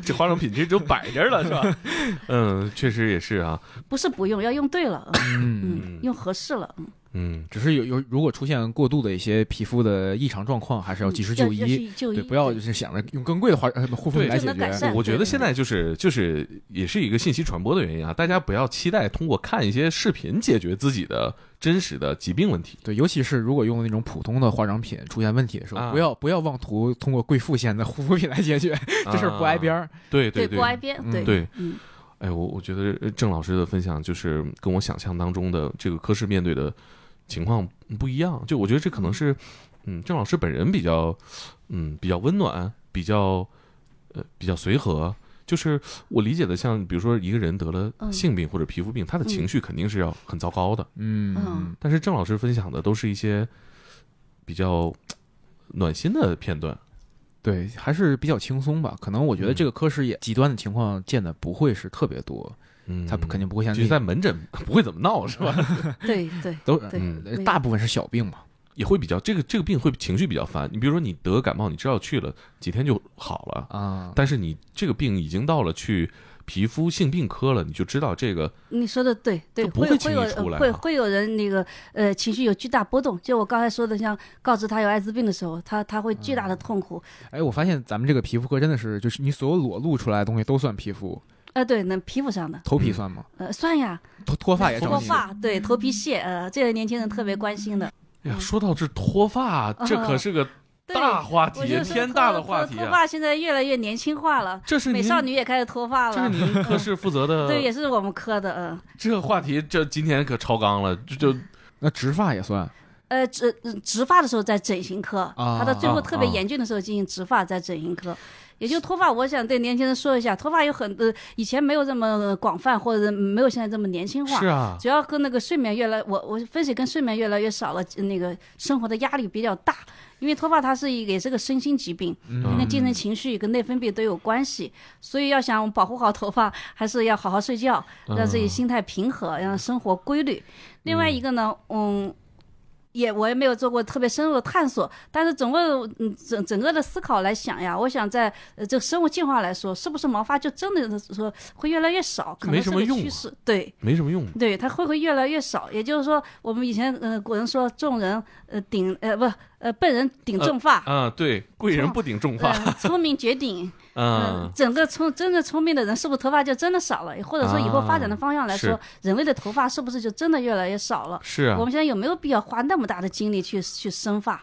Speaker 1: 这化妆品其实就摆这儿了，是吧？ 嗯，确实也是啊，
Speaker 2: 不是不用，要用对了，嗯，嗯用合适了，嗯
Speaker 1: 嗯，
Speaker 3: 只是有有如果出现过度的一些皮肤的异常状况，还是要及时就
Speaker 2: 嗯要
Speaker 3: 医，
Speaker 2: 去就医，
Speaker 3: 对，不要就是想着用更贵的化呃护肤
Speaker 1: 对
Speaker 3: 品来
Speaker 2: 就
Speaker 3: 解
Speaker 2: 能改
Speaker 3: 决
Speaker 2: 善。
Speaker 1: 我觉得
Speaker 2: 对
Speaker 1: 现在就是就是也是一个信息传播的原因啊，大家不要期待通过看一些视频解决自己的真实的疾病问题。
Speaker 3: 对，尤其是如果用那种普通的化妆品出现问题的时候，
Speaker 1: 啊
Speaker 3: 不要不要妄图通过贵妇线的护肤品来解决，这事儿不挨边
Speaker 1: 啊，
Speaker 3: 儿。
Speaker 1: 对
Speaker 2: 对
Speaker 1: 对
Speaker 2: 不挨边，对
Speaker 1: 对。
Speaker 2: 嗯。
Speaker 1: 哎，我我觉得呃郑老师的分享就是跟我想象当中的这个科室面对的情况不一样。就我觉得这可能是，嗯，郑老师本人比较，嗯，比较温暖，比较，呃，比较随和。就是我理解的，像比如说一个人得了
Speaker 2: 嗯
Speaker 1: 性病或者皮肤病，他的情绪肯定是要很糟糕的。
Speaker 3: 嗯
Speaker 2: 嗯，
Speaker 1: 但是郑老师分享的都是一些比较暖心的片段。
Speaker 3: 对，还是比较轻松吧。可能我觉得这个科室也极端的情况见的不会是特别多，
Speaker 1: 嗯，
Speaker 3: 它肯定不会像
Speaker 1: 就
Speaker 3: 那
Speaker 1: 是在门诊 不会怎么闹，是吧？
Speaker 2: 对对
Speaker 3: 都
Speaker 2: 对
Speaker 1: 嗯
Speaker 3: 呃
Speaker 2: 没
Speaker 3: 大部分是小病嘛。
Speaker 1: 也会比较这个这个病会情绪比较烦。你比如说你得感冒，你知道去了几天就好了，
Speaker 3: 啊，
Speaker 1: 但是你这个病已经到了去皮肤性病科了，你就知道这个
Speaker 2: 你说的对，对，
Speaker 1: 就不
Speaker 2: 会
Speaker 1: 会轻
Speaker 2: 会
Speaker 1: 易
Speaker 2: 有
Speaker 1: 出来
Speaker 2: 会
Speaker 1: 啊
Speaker 2: 会有人那个呃情绪有巨大波动，就我刚才说的，像告知他有艾滋病的时候，他他会巨大的痛苦，
Speaker 1: 嗯
Speaker 3: 哎，我发现咱们这个皮肤科真的是，就是你所有裸露出来的东西都算皮肤，
Speaker 2: 呃，对，那皮肤上的，
Speaker 1: 嗯
Speaker 3: 头皮算吗？
Speaker 2: 呃，算呀，
Speaker 3: 脱脱发也
Speaker 1: 头
Speaker 3: 找
Speaker 2: 脱
Speaker 3: 你
Speaker 2: 发，对，头皮屑，呃，这个年轻人特别关心的，
Speaker 1: 哎呀，说到这脱发，这可是个
Speaker 2: 嗯哦对，
Speaker 1: 大话
Speaker 2: 我
Speaker 1: 题，
Speaker 2: 就说
Speaker 1: 天
Speaker 2: 脱
Speaker 1: 大的
Speaker 2: 脱
Speaker 1: 话题
Speaker 2: 脱
Speaker 1: 啊！
Speaker 2: 发现在越来越年轻化了，
Speaker 1: 这是
Speaker 2: 美
Speaker 1: 您，
Speaker 2: 少女也开始脱发
Speaker 1: 这是
Speaker 2: 了，嗯
Speaker 1: 您科室负责的，
Speaker 2: 对，也是我们科的，嗯，
Speaker 1: 这个话题，这今天可超纲了，就就
Speaker 3: 那植发也算
Speaker 2: 呃，植呃植发的时候在整形科，
Speaker 3: 啊
Speaker 2: 他到最后特别
Speaker 1: 啊
Speaker 2: 严峻的时候进行植发在整形科。也就脱发，我想对年轻人说一下，脱发有很多以前没有这么广泛，或者没有现在这么年轻化。
Speaker 1: 是啊，
Speaker 2: 主要跟那个睡眠越来，我我分析跟睡眠越来越少了，那个生活的压力比较大，因为脱发它是一个也是个身心疾病，
Speaker 1: 嗯
Speaker 2: 它跟精神情绪跟内分泌都有关系，所以要想保护好头发，还是要好好睡觉，
Speaker 1: 嗯
Speaker 2: 让自己心态平和，让生活规律。另外一个呢，嗯。也我也没有做过特别深入的探索，但是整个嗯整整个的思考来想呀，我想在呃这个生物进化来说，是不是毛发就真的是说会越来越少？可
Speaker 1: 没
Speaker 2: 能
Speaker 1: 什
Speaker 2: 是
Speaker 1: 么
Speaker 2: 个
Speaker 1: 用
Speaker 2: 趋
Speaker 1: 啊
Speaker 2: 势，对。
Speaker 1: 没什么 用。
Speaker 2: 对，它会会越来越少。也就是说，我们以前呃古人说“众人呃顶呃不呃笨人顶重发，
Speaker 1: 啊，对，贵人不顶重发，
Speaker 2: 呃聪明绝 顶”嗯
Speaker 1: 啊，，
Speaker 2: 整个聪真正聪明的人是不是头发就真的少了？或者说以后发展的方向来说，
Speaker 1: 啊
Speaker 2: 人类的头发是不是就真的越来越少了？
Speaker 1: 是啊
Speaker 2: 我，们现在有没有必要花那么大的精力去去生发？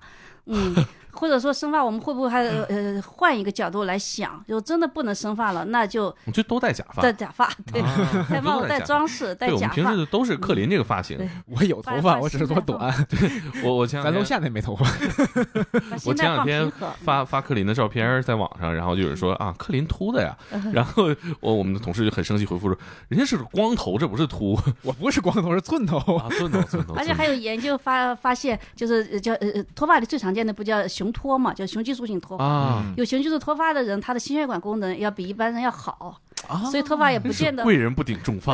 Speaker 2: 嗯，或者说生发，我们会不会还 呃呃换一个角度来想？就真的不能生发了，那就
Speaker 1: 我们就都戴假发，
Speaker 2: 戴假发， 对，
Speaker 1: 啊
Speaker 2: 戴帽子、戴。装饰、戴
Speaker 1: 对，我
Speaker 2: 假
Speaker 1: 们
Speaker 2: 发。嗯
Speaker 1: 平时都是克林这个发型。
Speaker 3: 我有头发，我只是多短。
Speaker 1: 我我前两
Speaker 3: 咱楼
Speaker 1: 天
Speaker 3: 下那没头发，
Speaker 2: 把
Speaker 1: 我
Speaker 2: 心
Speaker 1: 前
Speaker 2: 态
Speaker 1: 两
Speaker 2: 放
Speaker 1: 天
Speaker 2: 平和。
Speaker 1: 发发克林的照片在网上，然后就有人说啊，克林秃的呀。
Speaker 2: 嗯
Speaker 1: 然后我我们的同事就很生气回复说，人家是光头，这不是秃啊，
Speaker 3: 我不是光头，是寸头。
Speaker 1: 寸头寸头。
Speaker 2: 而且还有研究发发现，就是呃叫呃呃脱发里最常见的不叫雄脱嘛，叫雄激素性脱发。
Speaker 3: 嗯
Speaker 1: 啊，
Speaker 2: 有雄激素脱发的人，他的心血管功能要比一般人要好，
Speaker 3: 啊
Speaker 2: 所以脱发也不见得
Speaker 1: 贵人不顶重发。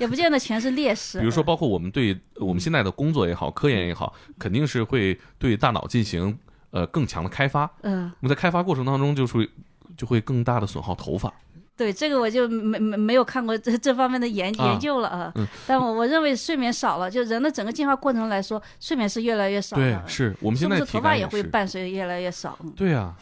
Speaker 2: 也不见得全 是劣势。
Speaker 1: 比如说，包括我们对我们现在的工作也好，科研也好，肯定是会对大脑进行呃更强的开发。
Speaker 2: 嗯，嗯，
Speaker 1: 我们在开发过程当中，就是会就会更大的损耗头发。
Speaker 2: 对这个我就没没没有看过这这方面的研
Speaker 1: 啊
Speaker 2: 研究了啊
Speaker 1: 嗯。
Speaker 2: 但我我认为睡眠少了，就人的整个进化过程来说，睡眠是越来越少
Speaker 1: 对
Speaker 2: 的，。
Speaker 1: 是我
Speaker 2: 我
Speaker 1: 们现在
Speaker 2: 是不是
Speaker 1: 体
Speaker 2: 头发
Speaker 1: 感
Speaker 2: 也会
Speaker 1: 是。
Speaker 2: 伴随越来越少？嗯
Speaker 1: 对啊，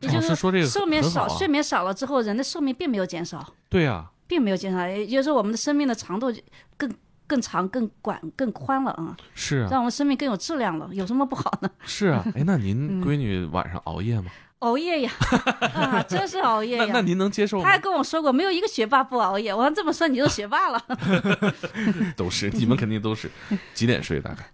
Speaker 2: 也
Speaker 1: 老
Speaker 2: 就
Speaker 1: 师
Speaker 2: 是
Speaker 1: 说这个
Speaker 2: 睡眠
Speaker 1: 很好
Speaker 2: 少，
Speaker 1: 啊
Speaker 2: 睡眠少了之后，人的寿命并没有减少。
Speaker 1: 对啊，
Speaker 2: 并没有减少，也就是说我们的生命的长度更更长、更广、更宽了啊，
Speaker 1: 是啊，
Speaker 2: 让我们生命更有质量了，有什么不好呢？
Speaker 1: 是啊。哎，那
Speaker 2: 嗯
Speaker 1: 您闺女晚上熬夜吗？
Speaker 2: 熬 夜呀，啊，真是熬夜
Speaker 1: 那那
Speaker 2: 呀。
Speaker 1: 您能接受
Speaker 2: 他
Speaker 1: 吗
Speaker 2: 还？跟我说过，没有一个学霸不熬夜。我要这么说，你就学 霸了。
Speaker 1: 都是，你们肯定都是。 几点睡？大概？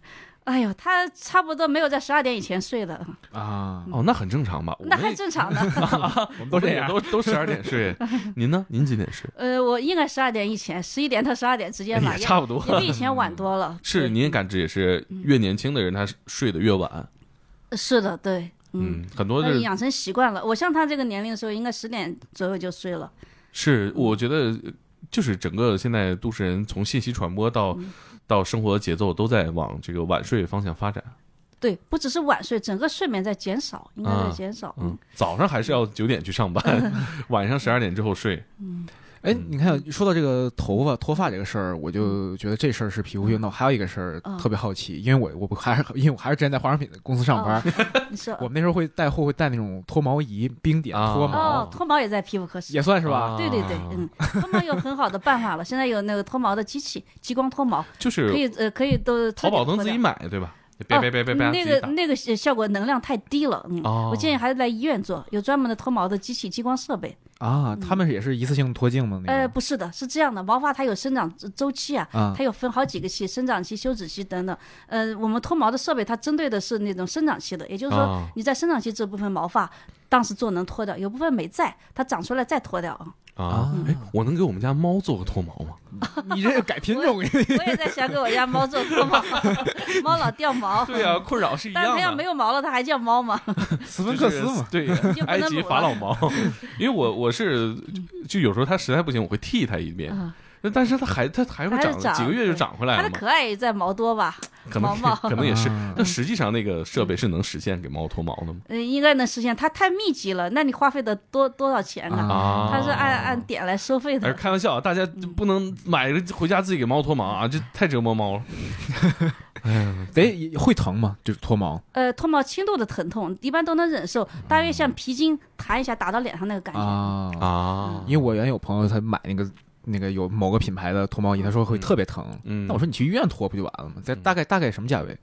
Speaker 2: 哎呦，他差不多没有在十二点以前睡的，
Speaker 3: 啊，
Speaker 1: 哦，那很正常吧？我
Speaker 2: 那
Speaker 1: 们
Speaker 2: 还
Speaker 1: 也
Speaker 2: 正 常呢。
Speaker 3: 我们
Speaker 1: 我
Speaker 3: 都
Speaker 1: 们
Speaker 3: 这
Speaker 1: 也
Speaker 3: 样。
Speaker 1: 啊都都十二点睡。 您呢？您几点睡？
Speaker 2: 呃，我应该十二点以前，十一点到十二点之间
Speaker 1: 也
Speaker 2: 吧，
Speaker 1: 哎差不多嗯
Speaker 2: 也比以前晚多了。
Speaker 1: 是，
Speaker 2: 对
Speaker 1: 您也嗯感知也是，越年轻的人他睡得越晚。
Speaker 2: 呃是的，对，嗯，
Speaker 1: 嗯，很多
Speaker 2: 那
Speaker 1: 的
Speaker 2: 养成习惯了。我像他这个年龄的时候，应该十点左右就睡了。
Speaker 1: 是，我觉得呃就是整个现在都市人从信息传播到到生活节奏都在往这个晚睡方向发展。
Speaker 2: 对，不只是晚睡，整个睡眠在减少，应该
Speaker 1: 啊
Speaker 2: 在减少。
Speaker 1: 嗯，早上还是要九点去上班， 晚上十二点之后睡。
Speaker 3: 哎，
Speaker 1: 嗯
Speaker 3: 你看，说到这个头发脱发这个事儿，我就觉得这事儿是皮肤运动。还有一个事儿
Speaker 2: 嗯
Speaker 3: 特别好奇，因为我我不还是因为我还是之前在化妆品公司上班，
Speaker 2: 你说
Speaker 3: 我们那时候会带货，会带那种脱毛仪，冰点
Speaker 1: 啊
Speaker 3: 脱毛，
Speaker 2: 哦，脱毛也在皮肤科室
Speaker 3: 也。算是吧。
Speaker 1: 啊
Speaker 2: 对对对，嗯，脱毛有很好的办法了。现在有那个脱毛的机器，激光脱毛，
Speaker 1: 就
Speaker 2: 可
Speaker 1: 是
Speaker 2: 以呃可以都
Speaker 1: 淘宝能自己
Speaker 2: 买。
Speaker 1: 买对吧？别别别别别，
Speaker 2: 哦那
Speaker 1: 自己
Speaker 2: 个
Speaker 1: 买
Speaker 2: 那个效果能量太低了，嗯，
Speaker 1: 哦
Speaker 2: 我建议还是来医院做，有专门的脱毛的机器激光设备。
Speaker 3: 啊，他们也是一次性脱净吗？那
Speaker 2: 呃，
Speaker 3: 种
Speaker 2: 不是的，是这样的，毛发它有生长周周期啊，
Speaker 3: 啊
Speaker 2: 它有分好几个期，生长期、休止期等等。呃，我们脱毛的设备它针对的是那种生长期的，也就是说
Speaker 1: 啊
Speaker 2: 你在生长期这部分毛发当时做能脱掉，有部分没在，它长出来再脱掉啊。
Speaker 1: 啊！哎，我能给我们家猫做个脱毛 吗？
Speaker 3: 你这改品种，
Speaker 2: 哎我也在想给我家猫做脱毛， 猫老掉毛。
Speaker 1: 啊，困扰是一
Speaker 2: 但是它要没有毛了，它还叫猫吗？
Speaker 3: 斯芬克斯
Speaker 1: 就是
Speaker 3: 嘛。
Speaker 1: 对，
Speaker 2: 就不
Speaker 1: 埃
Speaker 2: 能
Speaker 1: 及
Speaker 2: 撸
Speaker 1: 法
Speaker 2: 了
Speaker 1: 老毛， 因为我我是就有时候它实在不行，我会剃它一遍
Speaker 2: 啊。
Speaker 1: 那但是它还它还会
Speaker 2: 还是
Speaker 1: 长，几个
Speaker 2: 长
Speaker 1: 月就
Speaker 2: 对
Speaker 1: 长回来
Speaker 2: 它
Speaker 1: 了
Speaker 2: 的
Speaker 1: 嘛。
Speaker 2: 可爱也在毛多吧？
Speaker 1: 哎可
Speaker 2: 毛
Speaker 1: 能
Speaker 2: 毛
Speaker 1: 可能也是
Speaker 3: 啊。
Speaker 1: 但实际上那个设备是能实现给猫脱毛的吗？
Speaker 2: 嗯，应该能实现。它太密集了，那你花费的多多少钱呢？
Speaker 1: 啊
Speaker 2: 它是按按点来收费
Speaker 1: 哎，
Speaker 2: 的。
Speaker 1: 开玩笑，啊，大家不能买了回家自己给猫脱毛啊，这太折磨猫了。
Speaker 3: 得会疼吗？就是脱毛
Speaker 2: 呃，脱毛轻度的疼痛一般都能忍受，大约像皮筋弹一下打到脸上那个感觉。
Speaker 3: 啊
Speaker 1: 啊
Speaker 3: 因为我原有朋友他买那个那个有某个品牌的脱毛仪，他说会特别疼。
Speaker 1: 嗯
Speaker 3: 那我说你去医院脱不就完了吗？在
Speaker 1: 嗯
Speaker 3: 大概大概什么价位？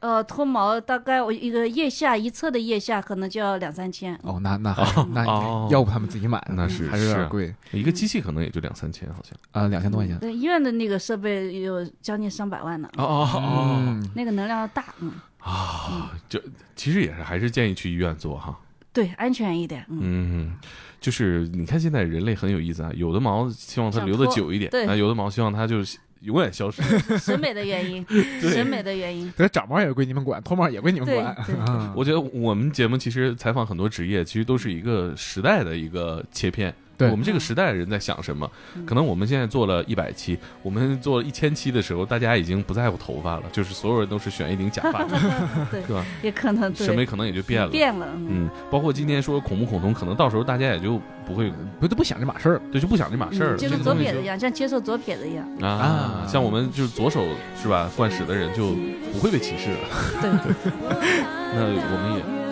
Speaker 2: 呃，脱毛大概我一个腋下一侧的腋下可能就要两三千。
Speaker 3: 哦，那那还是那
Speaker 1: 哦
Speaker 3: 要不他们自己买呢，
Speaker 1: 那是
Speaker 3: 还是有
Speaker 1: 是
Speaker 3: 点
Speaker 1: 啊
Speaker 3: 贵
Speaker 1: 一个机器可能也就两三千，好像。
Speaker 3: 啊，两千多块钱。
Speaker 2: 对，医院的那个设备有将近上百万呢，
Speaker 1: 哦哦
Speaker 3: 嗯，
Speaker 2: 那个能量要大，嗯，
Speaker 1: 哦，就其实也是还是建议去医院做哈。
Speaker 2: 对，安全一点， 嗯，
Speaker 1: 嗯，就是你看现在人类很有意思啊，有的毛希望它
Speaker 2: 想
Speaker 1: 留的
Speaker 2: 脱
Speaker 1: 久一点，
Speaker 2: 对
Speaker 1: 啊，有的毛希望它就是永远 消失。
Speaker 2: 审美的原因，审美的原因。
Speaker 3: 对，长毛也归你们管，脱毛也归你们
Speaker 2: 对
Speaker 3: 管。
Speaker 2: 对
Speaker 3: 啊，
Speaker 1: 我觉得我们节目其实采访很多职业，其实都是一个时代的一个切片。
Speaker 3: 对
Speaker 1: 我们这个时代人在想什么？可能我们现在做了一百期，我们做一千期的时候，大家已经不在乎头发了，就是所有人都是选一顶假发，
Speaker 2: 对
Speaker 1: 是吧？
Speaker 2: 也可能对
Speaker 1: 审美可能也就变了。
Speaker 2: 变了，嗯
Speaker 1: 嗯，包括今天说恐不恐同，可能到时候大家也就不会，
Speaker 3: 不都不想这码事儿了。
Speaker 1: 对，就不想这码事儿了。
Speaker 2: 接
Speaker 1: 这个
Speaker 2: 受嗯左
Speaker 1: 东西
Speaker 2: 撇子一样，像接受左撇子一样，
Speaker 1: 就啊
Speaker 3: 啊，
Speaker 1: 像我们就是左手是吧，惯使的人就不会被歧视了。
Speaker 2: 对。
Speaker 1: 那我们也